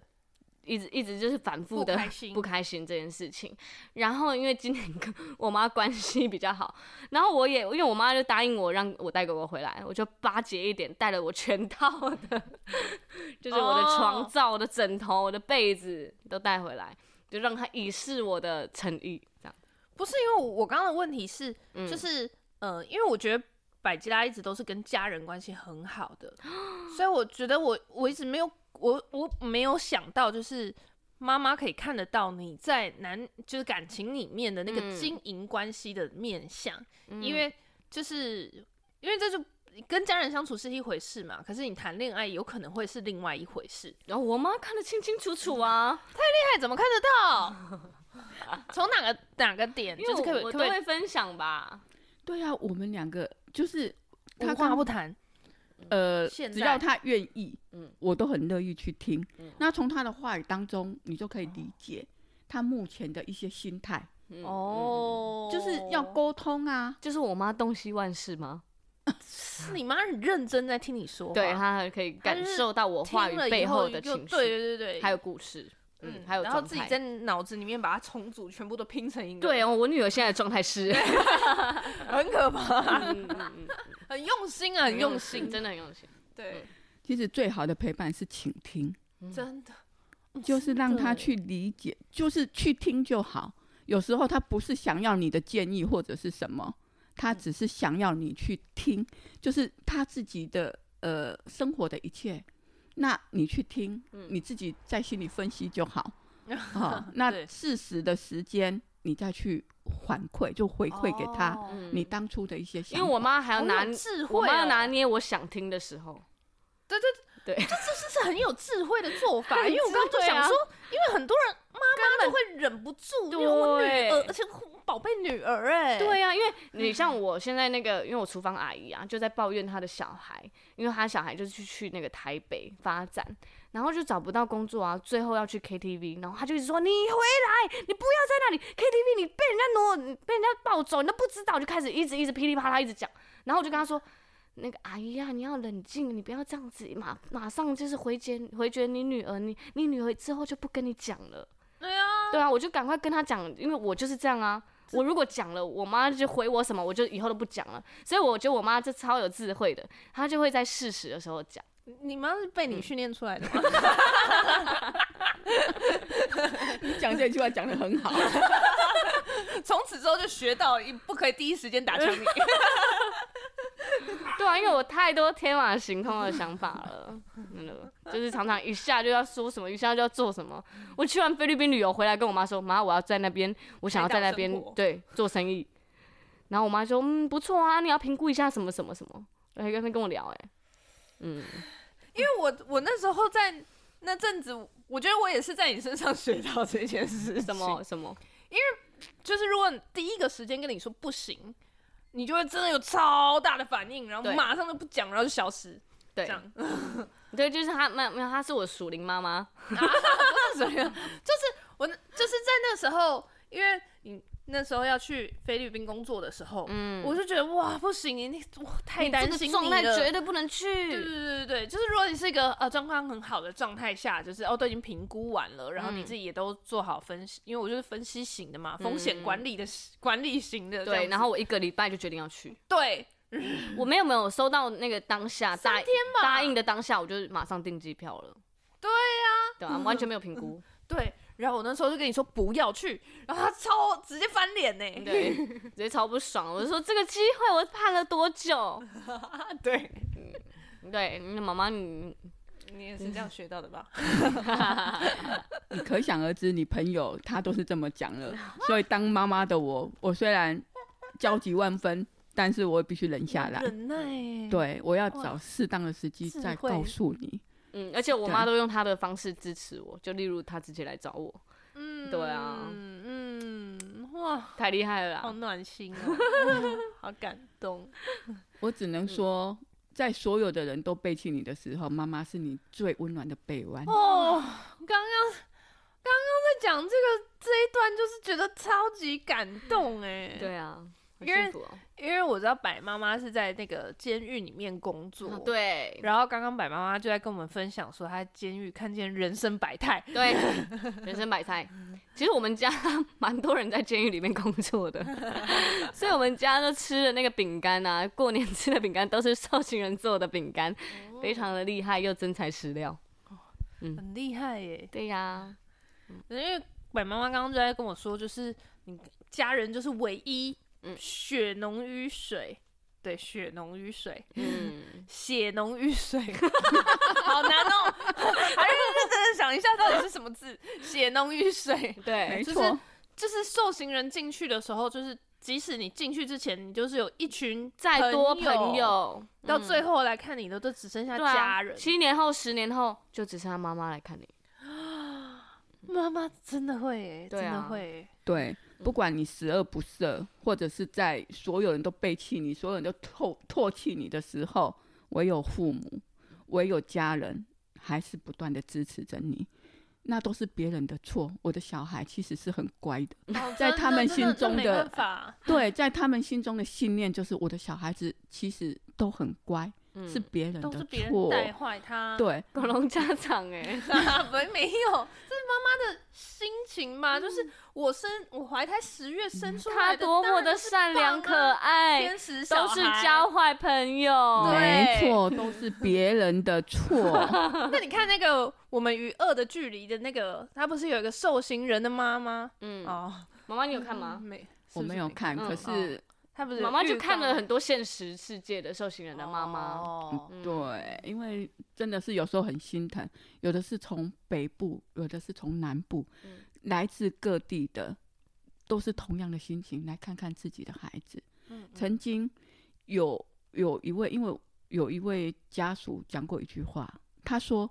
一直一直就是反复的不开心不开心这件事情。然后因为今年跟我妈关系比较好，然后我也因为我妈就答应我让我带狗狗回来，我就巴结一点带了我全套的， 就是我的床哦罩、我的枕头、我的被子都带回来，就让她以示我的诚意。这样，不是因为我我刚刚的问题是，嗯就是呃，因为我觉得百吉拉一直都是跟家人关系很好 的，所以我觉得我我一直没有我我没有想到，就是妈妈可以看得到你在男就是感情里面的那嗯个经营关系的面相，嗯因为就是因为这就。跟家人相处是一回事嘛，可是你谈恋爱有可能会是另外一回事。然后我妈看得清清楚楚啊，恋爱怎么看得到？ 从哪个哪个点？因嗯为就是可不可以我我可不都可以会分享吧。对啊，我们两个就是无他话刚不谈？呃，现只在要他愿意，嗯我都很乐意去听。嗯那从他的话语当中，你就可以理解他目前的一些心态，嗯，哦，就是要沟通啊。就是我妈洞悉万事吗？是你妈很认真在听你说话，对，她还可以感啊就是受到我话语听了背以后后的就情对绪，对对对，还有故事，嗯，还有然后状自己态在脑子里面把它重组，全部都拼成一个，对，哦我女儿现在的状态是很可 怕，嗯嗯嗯很用心啊，很用心，真的很用心。对，其实最好的陪伴是倾听，真的就是让他去理解，就是去听就好。有时候他不是想要你的建议或者是什么，他只是想要你去听，就是他自己的呃生活的一切，那你去听，你自己在心里分析就 好。好，那对适时的时间你再去反馈，就回馈给他、哦嗯你当初的一些因想法。为我妈还要好有拿，智慧，哦我妈要拿，捏我想听的时候，对对对这这是很有智慧的做法，很啊因为我刚刚就想说，因为很多人妈妈都会忍不住，因为我女对儿，而且我宝贝女儿，哎，对啊呀、因为你像我现在那个，因为我厨房阿姨啊，就在抱怨她的小孩，因为她小孩就是去去那个台北发展，然后就找不到工作啊，最后要去 KTV，然后她就一直说你回来，你不要在那里 KTV，你被人家挪，你被人家抱走，你都不知道，就开始一直一直噼里啪啦一直讲，然后我就跟她说。那个阿姨呀、啊你要冷静，你不要这样子，马马上就是回绝回绝你女儿，你你女儿之后就不跟你讲了。对啊，对啊，我就赶快跟他讲，因为我就是这样啊，我如果讲了，我妈就回我什么，我就以后都不讲了。所以我觉得我妈这超有智慧的，她就会在适时的时候讲。你妈是被你训练出来的吗？你讲这句话讲的很好，嗯 从此之后就学到一不可以第一时间打枪你。对啊，因为我太多天马行空的想法了，真的就是常常一下就要说什么，一下就要做什么。我去完菲律宾旅游回来，跟我妈说：“妈，我要在那边，我想要在那开边导生活对做生意。”然后我妈说：“嗯，不错啊，你要评估一下什么什么什么。”然后跟她跟我聊、哎，嗯， 因为我我那时候在那阵子，我觉得我也是在你身上学到这件事情。什么什么，就是如果第一个时间跟你说不行，你就会真的有超大的反应，然后对马上就不讲，然后就消失。对这样对，就是她，没有没有，她是我属灵妈妈，就是我那就是在那时候，因为你那时候要去菲律宾工作的时候，嗯，我就觉得哇不行，你你哇太担这心个你状态了。绝对不能对对去，对对对，就是如果你是一个呃状况很好的状态下，就是哦都已经评估完了，然后你嗯自己也都做好分析，因为我就是分析型的嘛，风险管理的、管理型的这样嗯对，子，然后我一个礼拜就决定要去。对我没有没有收到那个当下答三天吧答应的当下，我就马上订机票了。对呀、对啊，完全没有 评估。对，然后我那时候就跟你说不要去，然后他超直接翻脸呢、对，直接超不爽。我就说这个机会我盼了多久？ 嗯对，对，你妈妈你你也是这样学到的吧？你可想而知，你朋友他都是这么讲 了。所以当妈妈的我，我虽然焦急万分，但是我也必须忍下来。 忍耐、欸，对，我要哇找适当的时机智再慧告诉你。嗯，而且我对妈都用她的方式支持我，就例如她直接来找我，嗯对啊嗯嗯，哇，太厉害了好啦。暖心 哦，好感动，我只嗯能说，在所有的人都背弃你的时候，妈妈是你最温暖的臂弯。哦，刚刚刚刚在讲这个这一段，就是觉得超级感动哎、， 对啊，很因为幸福哦。因为我知道白妈妈是在那个监狱里面工作，啊。对然后刚刚白妈妈就在跟我们分享说，她在监狱看见人生百态，对，人生百态。其实我们家蛮多人在监狱里面工 作的，所以我们家都吃的那个饼干啊，过年吃的饼干都是受刑人做的饼干，哦非常的厉害又真材实料。很厉害耶。对呀、因为白妈妈刚刚就在跟我说，就是你家人就是唯一，嗯血浓于水，对，血浓于水，嗯，血浓于 水，好难哦， 还是认真的想一下到底是什么字，血浓于水， 对，没就错，就是受刑人进去的时候，就是即使你进去之前，你就是有一群再多朋朋友，到嗯最后来看你的都只剩下对啊家人，七年后、十年后，就只剩下妈妈来看你。妈妈真的会耶，对真的啊会耶。对，嗯不管你十恶不赦，或者是在所有人都背弃你、所有人都唾唾弃你的时候，唯有父母，唯有家人，还是不断的支持着你。那都是别人的错，我的小孩其实是很乖的。哦在真他的们真心的中没的办法，对，在他们心中的信念就是我的小孩子其实都很乖，嗯，是别人的都是别人错。带坏他。对，狗笼家长哎、没 没有，这是妈妈的心情嘛，就是我生我怀胎十月生 出来他的，多当么然的就是善良棒可啊爱，天使小都孩是交坏朋友。没哦对啊 错，都是别人的错。那你看那个《我们与恶的距离》的那个，他不是有一个受刑人的妈妈？嗯，哦，妈妈你有看吗？没，哦是我不是没有看，嗯可是他不是妈妈就浴看缸了很多现实世界的受刑人的妈妈。哦嗯，对，因为真的是有时候很心疼，有的是从北部，有的是从南部，嗯来自各地的，都是同样的心情，来看看自己的孩子。嗯嗯曾经有有一位，因为有一位家属讲过一句话，他说：“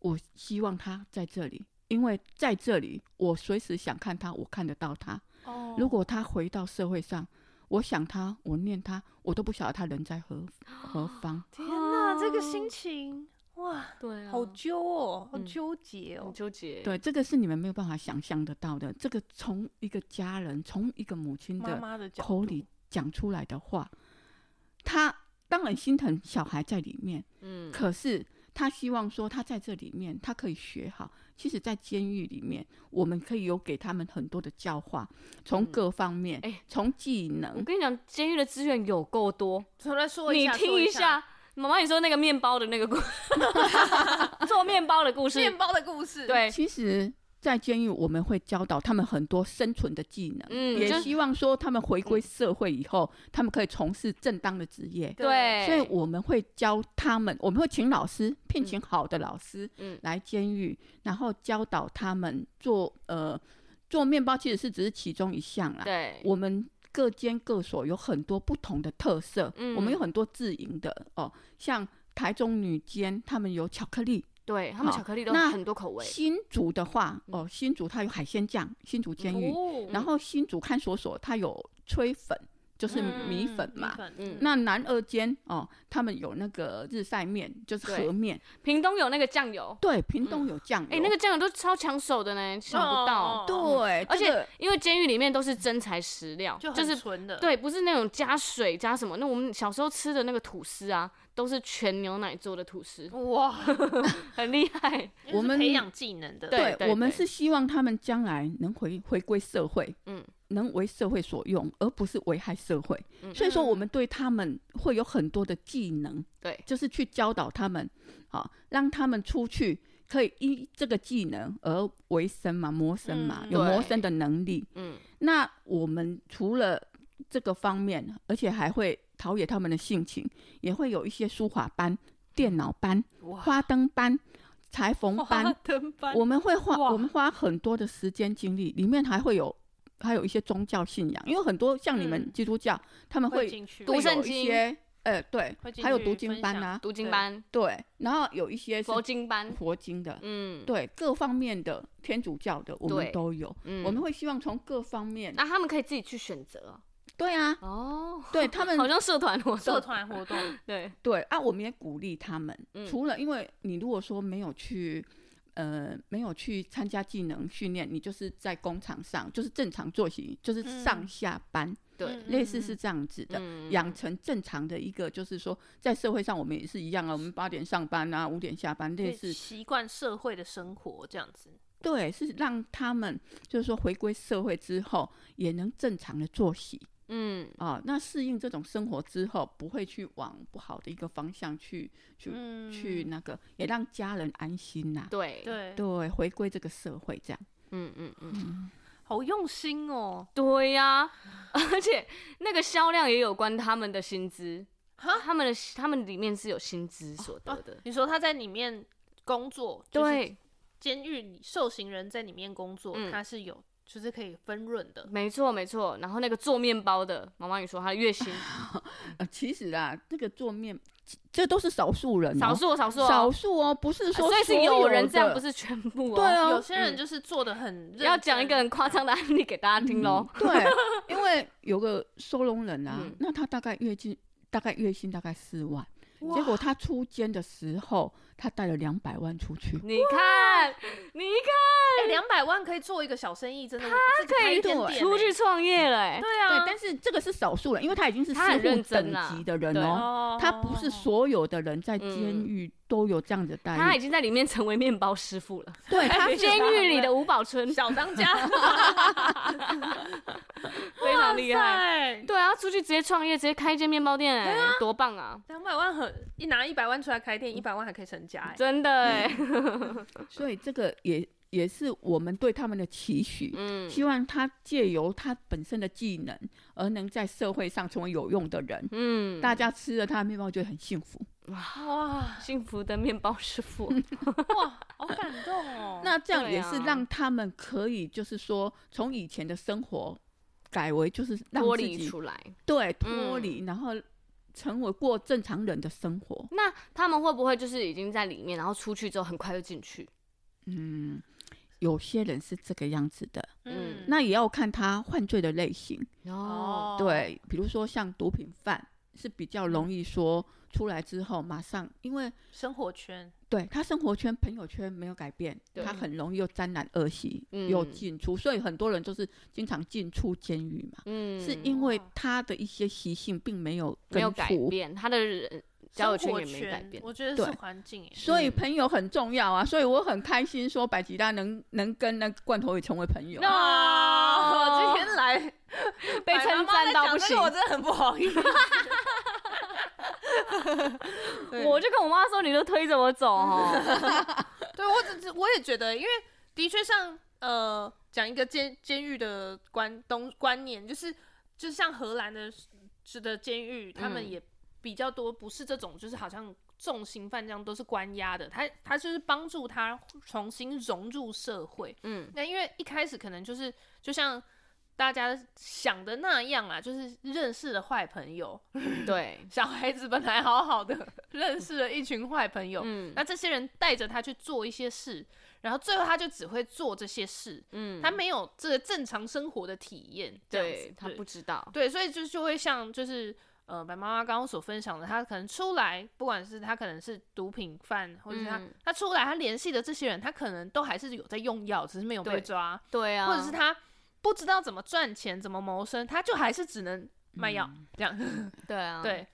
我希望他在这里，因为在这里，我随时想看他，我看得到他。哦如果他回到社会上，我想他，我念他，我都不晓得他人在何何方。”天哪，这个心情哇，对啊，好揪哦，好嗯纠结哦很，纠结。对，这个是你们没有办法想象得到的。这个从一个家人，从一个母亲妈嗯的妈的角口度里讲出来的话，他当然心疼小孩在里面，嗯，可是他希望说他在这里面他可以学好。其实，在监狱里面，我们可以有给他们很多的教化，从各方面哎，嗯从、技我能，跟你讲，监狱的资源有够多，重来说一你下，听说一一，下。妈妈，你说那个面包的那个故做面包的故事面，包的故事，，对，其实，在监狱我们会教导他们很多生存的技能，嗯，也就希望说他们回归社会以后，他们可以从事正当的职业。对，所以我们会教他们，我们会请老师，聘请好的老师，嗯来监狱，然后教导他们做呃做面包，其实是只是其中一项啦。对，我们各监各所有很多不同的特色，嗯我们有很多自营的哦，像台中女监他们有巧克力，对他们好巧克力都那很多口味，新竹的话嗯哦，新竹它有海鲜酱，新竹监狱，哦，然后新竹看守所它有吹粉，就是米粉嘛，嗯，那南二间哦，他们有那个日晒面，就是对河面。屏东有那个酱油，对，嗯屏东有酱油。哎、那个酱油都超抢手的呢，想不哦到，对，而且这个因为监狱里面都是真材实料，就就很是纯的，，对，不是那种加水加什么。那我们小时候吃的那个吐司啊，都是全牛奶做的吐司，哇，很厉害。就是我们培养技能的，对对我们对是希望他们将来能回回归社会，嗯嗯，能为社会所用，而不是危害社会。嗯所以说，我们对他们会有很多的技能，对就是去教导他们，好、让他们出去可以依这个技能而为生嘛，谋生嘛，嗯有谋对生的能力。嗯，那我们除了这个方面，而且还会陶冶他们的性情，也会有一些书法班、电脑班、哇，花灯班、裁缝班，灯班，我们会花哇我们花很多的时间精力，里面还会有还有一些宗教信仰，因为很多像你们嗯基督教，他们会进去，读会圣有经一些，呃，对会，进还有去读经分班享啊，读经对班、对，然后有一些是佛经班，佛经的，嗯，对，各方面的天主教的我对们都有，嗯我们会希望从各方面，那他们可以自己去选择对啊，哦。对他们好像社团活社动，团活动，对，对啊，我们也鼓励他们。嗯除了因为你如果说没有去，呃，没有去参加技能训练，你就是在工厂上，就是正常作息，就是上嗯下班，对嗯类似是这样子的。嗯养成正常的一个，就是说，在社会上我们也是一样啊，我们八点上班啊，五点下班，类对似习惯社会的生活这样子，对，是让他们就是说回归社会之后也能正常的作息嗯，啊，那适应这种生活之后，不会去往不好的一个方向去去嗯，去那个，也让家人安心呐、对，对，对，回归这个社会这样。嗯嗯嗯。好用心哦，对呀、 而且那个销量也有关他们的薪资，他们的他们里面是有薪资所得的，你说他在里面工作，就是对，监狱里受刑人在里面工作，嗯他是有就是可以分润的，没错没错。然后那个做面包的妈妈，你说他的月薪呃，其实啊，这个做面，这都是少数人、哦，少数少数哦、少数哦，不是啊说、所以是有人这样，不是？是全部哦。对啊，有些人就是做的很认真哎要讲一个很夸张的案例给大家听喽。嗯对， 因为有个收容人啊，嗯那他大概月薪大概月薪大概四万，结果他出监的时候，他带了两百万出去。你看，你两百万可以做一个小生意，真的，他可以点看，点出欸去创业了、欸，对对啊，，但是这个是少数人，因为他已经是他很社认会真等啦级的人对哦，哦他不是所有的人在监嗯狱都有这样的待遇。他已经在里面成为面包师傅了，对他是监狱里的吴宝春小当家，非常厉害。害。对啊，出去直接创业，直接开一间面包店、哎、多棒啊！ 两百万很一拿一百万出来开店，一百万还可以成家哎、真的哎、所以这个也也是我们对他们的期许，嗯希望他借由他本身的技能，而能在社会上成为有用的人。嗯，大家吃了他的面包就会很幸福。哇幸福的面包师傅，哇，好感动 哦！那这样对也是啊让他们可以，就是说从以前的生活改为就是让脱自离己出嗯来。对脱离，然后成为过正常人的生活。那他们会不会就是已经在里面，然后出去之后很快就进去？嗯，有些人是这个样子的，嗯，那也要看他犯罪的类型。哦，嗯哦，对，比如说像毒品犯是比较容易说出来之后马上，因为生活圈对他生活圈、朋友圈没有改变，对他很容易又沾染恶习，又嗯进出，所以很多人就是经常进出监狱嘛，嗯是因为哦他的一些习性并没有没有根改除，变他的人交友生活圈也没改变我觉得对是环境哎，所以嗯朋友很重要啊，所以我很开心说百吉拉能能跟那罐头鱼成为朋友。啊哦今天来被称赞到 不行。我真的很不好意思。对我就跟我妈说，你都推着我走哦。 对我只是我也觉得，因为的确像呃讲一个监监狱的观东观念，就是就像荷兰的是的监狱，他们嗯也比较多不是这种，就是好像重刑犯这样都是关押的，他他就是帮助他重新融入社会。嗯，那因为一开始可能就是就像。大家想的那样啊，就是认识了坏朋友，对，小孩子本来好好的， 认识了一群坏朋友，嗯那这些人带着他去做一些事，然后最后他就只会做这些事，嗯，他没有这个正常生活的体验，这样对子他对不知道，对，所以就就会像就是呃，白妈妈刚刚所分享的，他可能出来，不管是他可能是毒品犯，或者是他、嗯他出来，他联系的这些人，他可能都还是有在用药，只是没有对被抓，对啊，或者是他不知道怎么赚钱，怎么谋生，他就还是只能卖药、 嗯这样，对啊，对，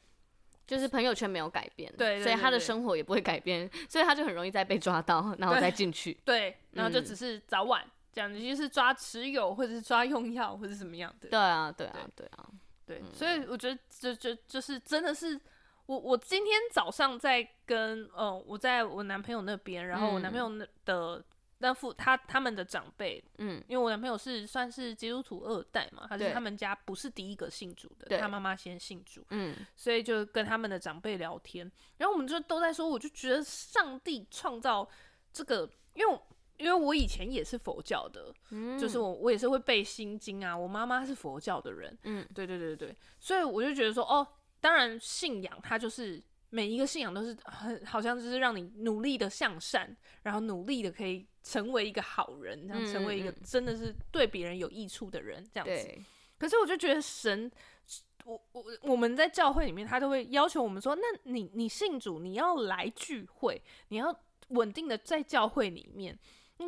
就是朋友圈没有改变，对对所以他的对对生活也不会改变，所以他就很容易再被抓到，然后对再进去。对，然后就嗯只是早晚。这样，就是抓持有，或者是抓用药，或者是怎么样的。对啊，对啊，对啊，对，所以我觉得就就就是真的是我我今天早上在跟呃我在我男朋友那边，然后我男朋友那的那父他他们的长辈，嗯，因为我男朋友是算是基督徒二代嘛，他对是他们家不是第一个信主对的，他妈妈先信主，嗯，所以就跟他们的长辈聊天，然后我们就都在说，我就觉得上帝创造这个，因为我因为我以前也是佛教的，嗯就是我我也是会背心经啊，我妈妈是佛教的人，嗯嗯，对对对对，所以我就觉得说，哦，当然信仰它就是每一个信仰都是很好像就是让你努力的向善，然后努力的可以成为一个好人，然后成为一个嗯嗯真的是对别人有益处的人这样子。对，可是我就觉得神，我我我们在教会里面，他都会要求我们说，那你你信主，你要来聚会，你要稳定的在教会里面。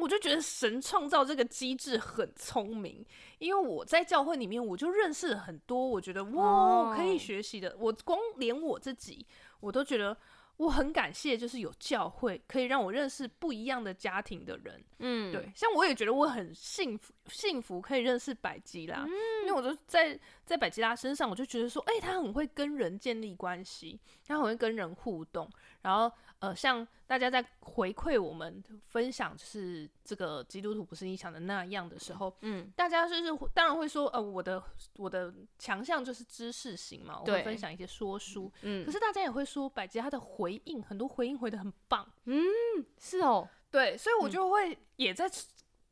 我就觉得神创造这个机制很聪明，因为我在教会里面，我就认识了很多我觉得哦哇可以学习的。我光连我自己，我都觉得我很感谢，就是有教会可以让我认识不一样的家庭的人。嗯，对，像我也觉得我很幸福，幸福可以认识百吉嗯拉，因为我就在在百吉拉身上，我就觉得说，哎、他很会跟人建立关系，他很会跟人互动，然后呃，像大家在回馈我们分享，就是这个基督徒不是你想的那样的时候，嗯，大家就是会当然会说，呃，我的我的强项就是知识型嘛，我对会分享一些说书，嗯可是大家也会说百吉拉的回应，很多回应回的很棒。是哦，对，所以我嗯就会也在、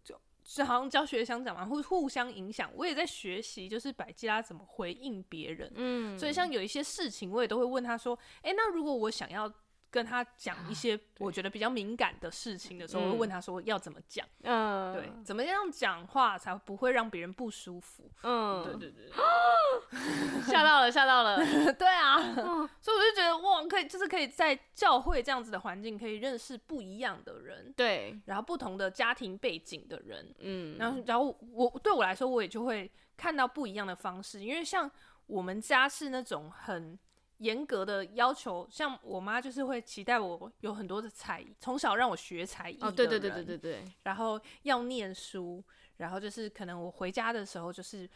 就好像教学相长嘛，互互相影响。我也在学习，就是百吉拉怎么回应别人。嗯，所以像有一些事情，我也都会问他说：“诶，那如果我想要跟他讲一些啊我觉得比较敏感的事情的时候，我会问他说要怎么讲，嗯，对，怎么样讲话才不会让别人不舒服？ 对嗯，对对 吓到了，吓 到了，对，对啊。嗯 所以我就觉得哇，可以就是可以在教会这样子的环境，可以认识不一样的人，对，然后不同的家庭背景的人，嗯，然后，然后我对我来说，我也就会看到不一样的方式，因为像我们家是那种很严格的要求，像我妈就是会期待我有很多的才艺，从小让我学才艺。哦，对对对对对，对，然后要念书，然后就是可能我回家的时候，就是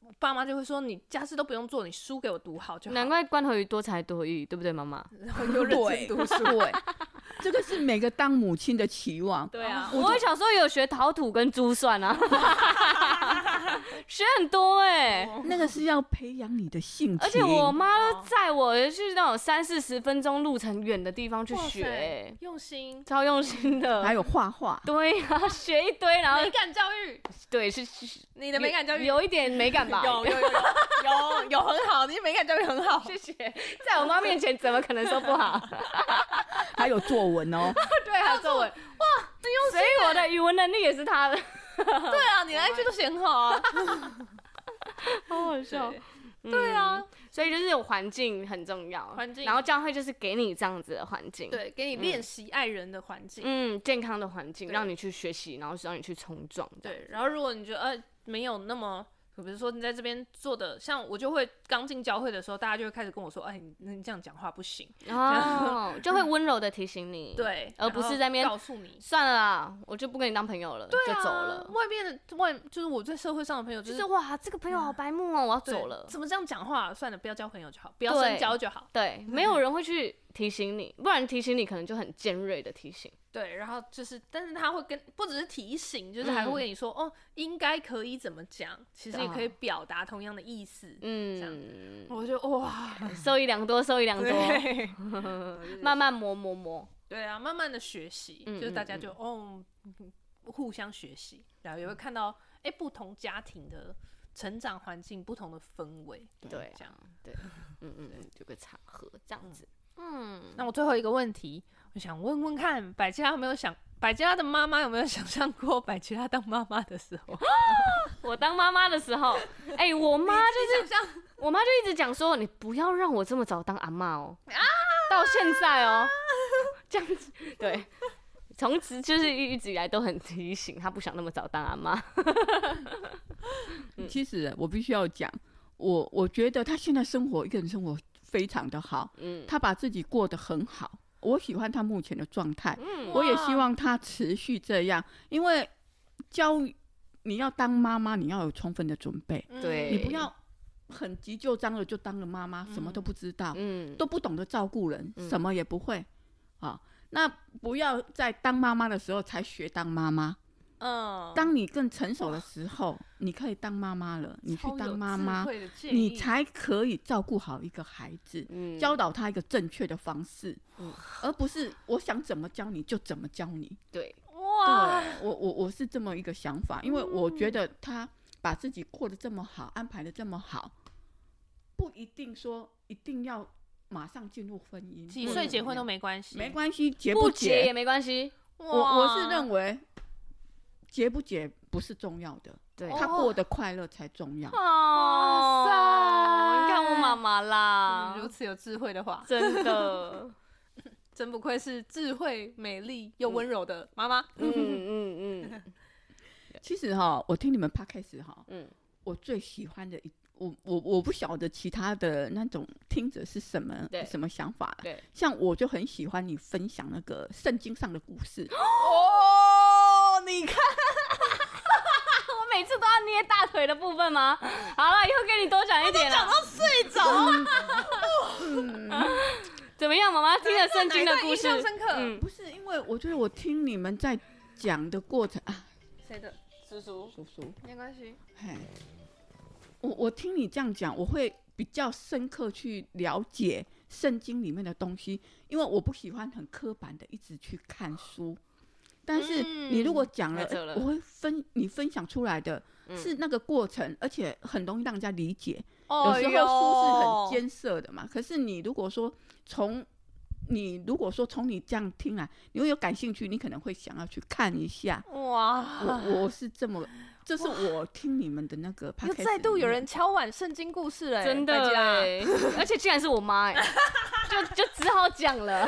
我爸妈就会说你家事都不用做，你书给我读好就好。难怪关头鱼多才多艺，对不对，妈妈？又认真读书，对，这个是每个当母亲的期望。对啊，我小时候有学陶土跟珠 算啊，学很多哎、哦那个是要培养你的兴趣，而且我妈都载我去那种三四十分钟路程远的地方去哇学、欸塞，用心，超用心的。还有 画画，对啊，学一堆，然后美感教育，对是是你的美感教育有一点美感吧？ 有有有有有有很好，你的美感教育很好。谢谢，在我妈面前怎么可能说不 好？哦还有作文哦。对啊，作文哇，所以我的语文能力也是她的， 对啊，你来一句都写很好啊。好好笑。对啊，所以就是有环境很重要，环境然后教会就是给你这样子的环境，，对，给你练习爱人的环境。嗯，健康的环境对让你去学习，然后让你去冲撞，，对，然后如果你觉得呃没有那么比如说你在这边做的，像我就会刚进教会的时候，大家就会开始跟我说，哎，你你这样讲话不行，哦，就会温柔的提醒你，，嗯对，而不是在那边然后告诉你。算了啦，我就不跟你当朋友了，就走了。外面的外就是我在社会上的朋啊友，就就是是哇，这个朋友好白目哦，我要对走了。怎么这样讲话？算了，不要交朋友就好，不要对深交就好。对，没有人会去提醒你，不然提醒你可能就很尖锐的提醒。对，然后就是，但是他会跟不只是提醒，就是还会跟你说，哦，应该可以怎么讲，其实也可以表达同样的意思。嗯，我就哇，受益良多，受益良多，对慢慢磨磨磨。 对啊，慢慢的学习，嗯就是大家嗯就哦，互相学习，然后也会看到哎、不同家庭的成长环境、不同的氛围，对这样啊。，对，嗯嗯嗯，有个场合这样子。嗯，那我最后一个问题，我想问问看，百吉拉有没有想，百吉拉的妈妈有没有想象过百吉拉当妈妈的时候？我当妈妈的 时候，哎，我妈就是想我妈就一直讲说，你不要让我这么早当阿妈哦，啊到现在哦，这样子，对，从此就是一一直以来都很提醒她不想那么早当阿妈。嗯其实我必须要讲，我我觉得他现在生活一个人生活非常的好，嗯他把自己过得很好，我喜欢他目前的状态，嗯我也希望他持续这样，因为教你要当妈妈，你要有充分的准备，嗯对你不要很急就章了就当了妈妈，什么都不知道，嗯，都不懂得照顾人，嗯什么也不会啊。那不要在当妈妈的时候才学当妈妈，嗯，当你更成熟的时候，你可以当妈妈了，你去超有当妈智妈，慧的建议，你才可以照顾好一个孩子，嗯教导他一个正确的方式，嗯而不是我想怎么教你就怎么教你。对，哇，对我我我是这么一个想法，嗯因为我觉得他把自己过得这么好，安排的这么好，不一定说一定要马上进入婚姻，几岁结婚都没没关系，没关系，结不结结也没关系。哇，我我是认为结不结不是重要的，对哦他过得快乐才重要。哇哦，塞你看我妈妈啦嗯，如此有智慧的话，真的，真不愧是智慧、美丽又温柔的妈妈。嗯嗯嗯其实哈，我听你们 podcast 哈，嗯我最喜欢的一。我我我不晓得其他的那种听者是什么对什么想法，对，像我就很喜欢你分享那个圣经上的故事，哦，你看，我每次都要捏大腿的部分吗？好了，以后给你多讲一点了。睡着了， 怎么样，妈妈听了圣经的故印事，象深刻。嗯，不是因为我觉得我听你们在讲的过程啊，谁的？叔叔，叔叔，没关系。嘿，我我听你这样讲，我会比较深刻去了解圣经里面的东西，因为我不喜欢很刻板的一直去看书。但是你如果讲了，太扯了我会分你分享出来的嗯是那个过程，而且很容易让人家理解。有哦时候书是很艰涩的嘛，可是你如果说从你如果说从你这样听来，你会有感兴趣，你可能会想要去看一下。哇， 我我是这么，这是我听你们的那个 p 又 o 再度有人敲碗圣经故事了欸，真的大家欸，而且竟然是我妈哎，就就只好讲了。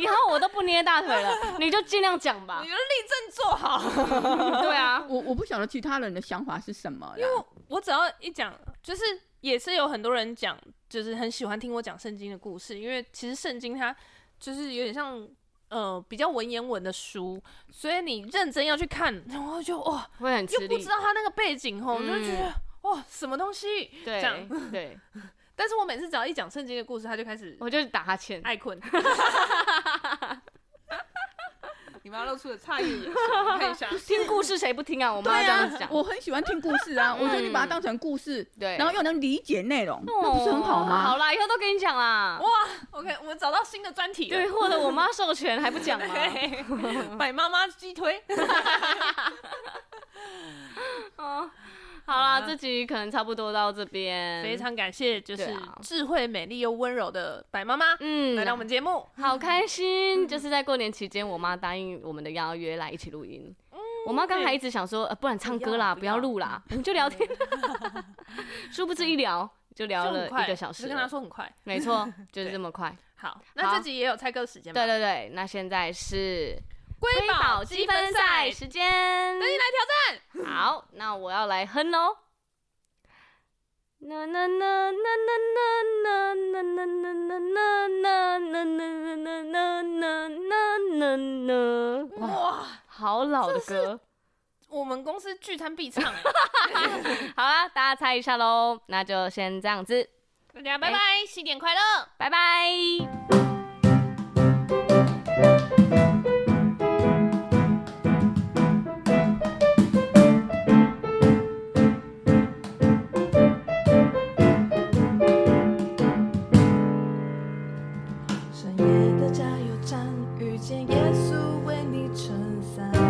以后我都不捏大腿了，你就尽量讲吧你。的立正坐好。对啊，我我不晓得其他人的想法是什么啦。我只要一讲，就是也是有很多人讲，就是很喜欢听我讲圣经的故事，因为其实圣经它就是有点像。呃，比较文言文的书，所以你认真要去看，然后就哇，会很吃又不力知。道他那个背景吼，嗯就会觉得哇，什么东西？这对样对，但是我每次只要一讲圣经的故事，他就开始我就打哈欠。爱困。你妈露出了诧异的眼神，看一下，听故事谁不听啊？我妈这样子讲。 我很喜欢听故事 啊，我觉得你嗯把它当成故事，对，然后又能理解内容，那不是很好哦好吗？啦，以后都跟你讲啦。 OK，我们找到新的专题对，了。获得我妈授权还不讲吗？ 对，买妈妈鸡腿。嗯哦，好啦，这集可能差不多到这边。非常感谢，就是对啊智慧、美丽又温柔的白妈妈嗯，来到我们节目。好 开心，就是在过年期间，我妈答应我们的邀约来一起录音。我妈刚才一直想说，呃，不然唱歌啦，嗯不不要要录 啦，我们就聊天。殊不知一聊就聊就了很一快，个小只时是跟他了，说很快。没错， 就是这么快。好，好那这集也有猜歌时间吧？对，对对，那现在是瑰宝积分赛，时间，等你来挑战。好，那我要来哼喽。呐呐呐呐呐呐呐呐呐呐呐呐呐呐呐呐呐呐呐呐，哇，哇，好老的歌。我们公司聚餐必唱 哎、好啦，大家猜一下喽，那就先这样子，大家拜拜，新年快乐！拜拜。深夜的加油站，遇见耶稣为你撑伞。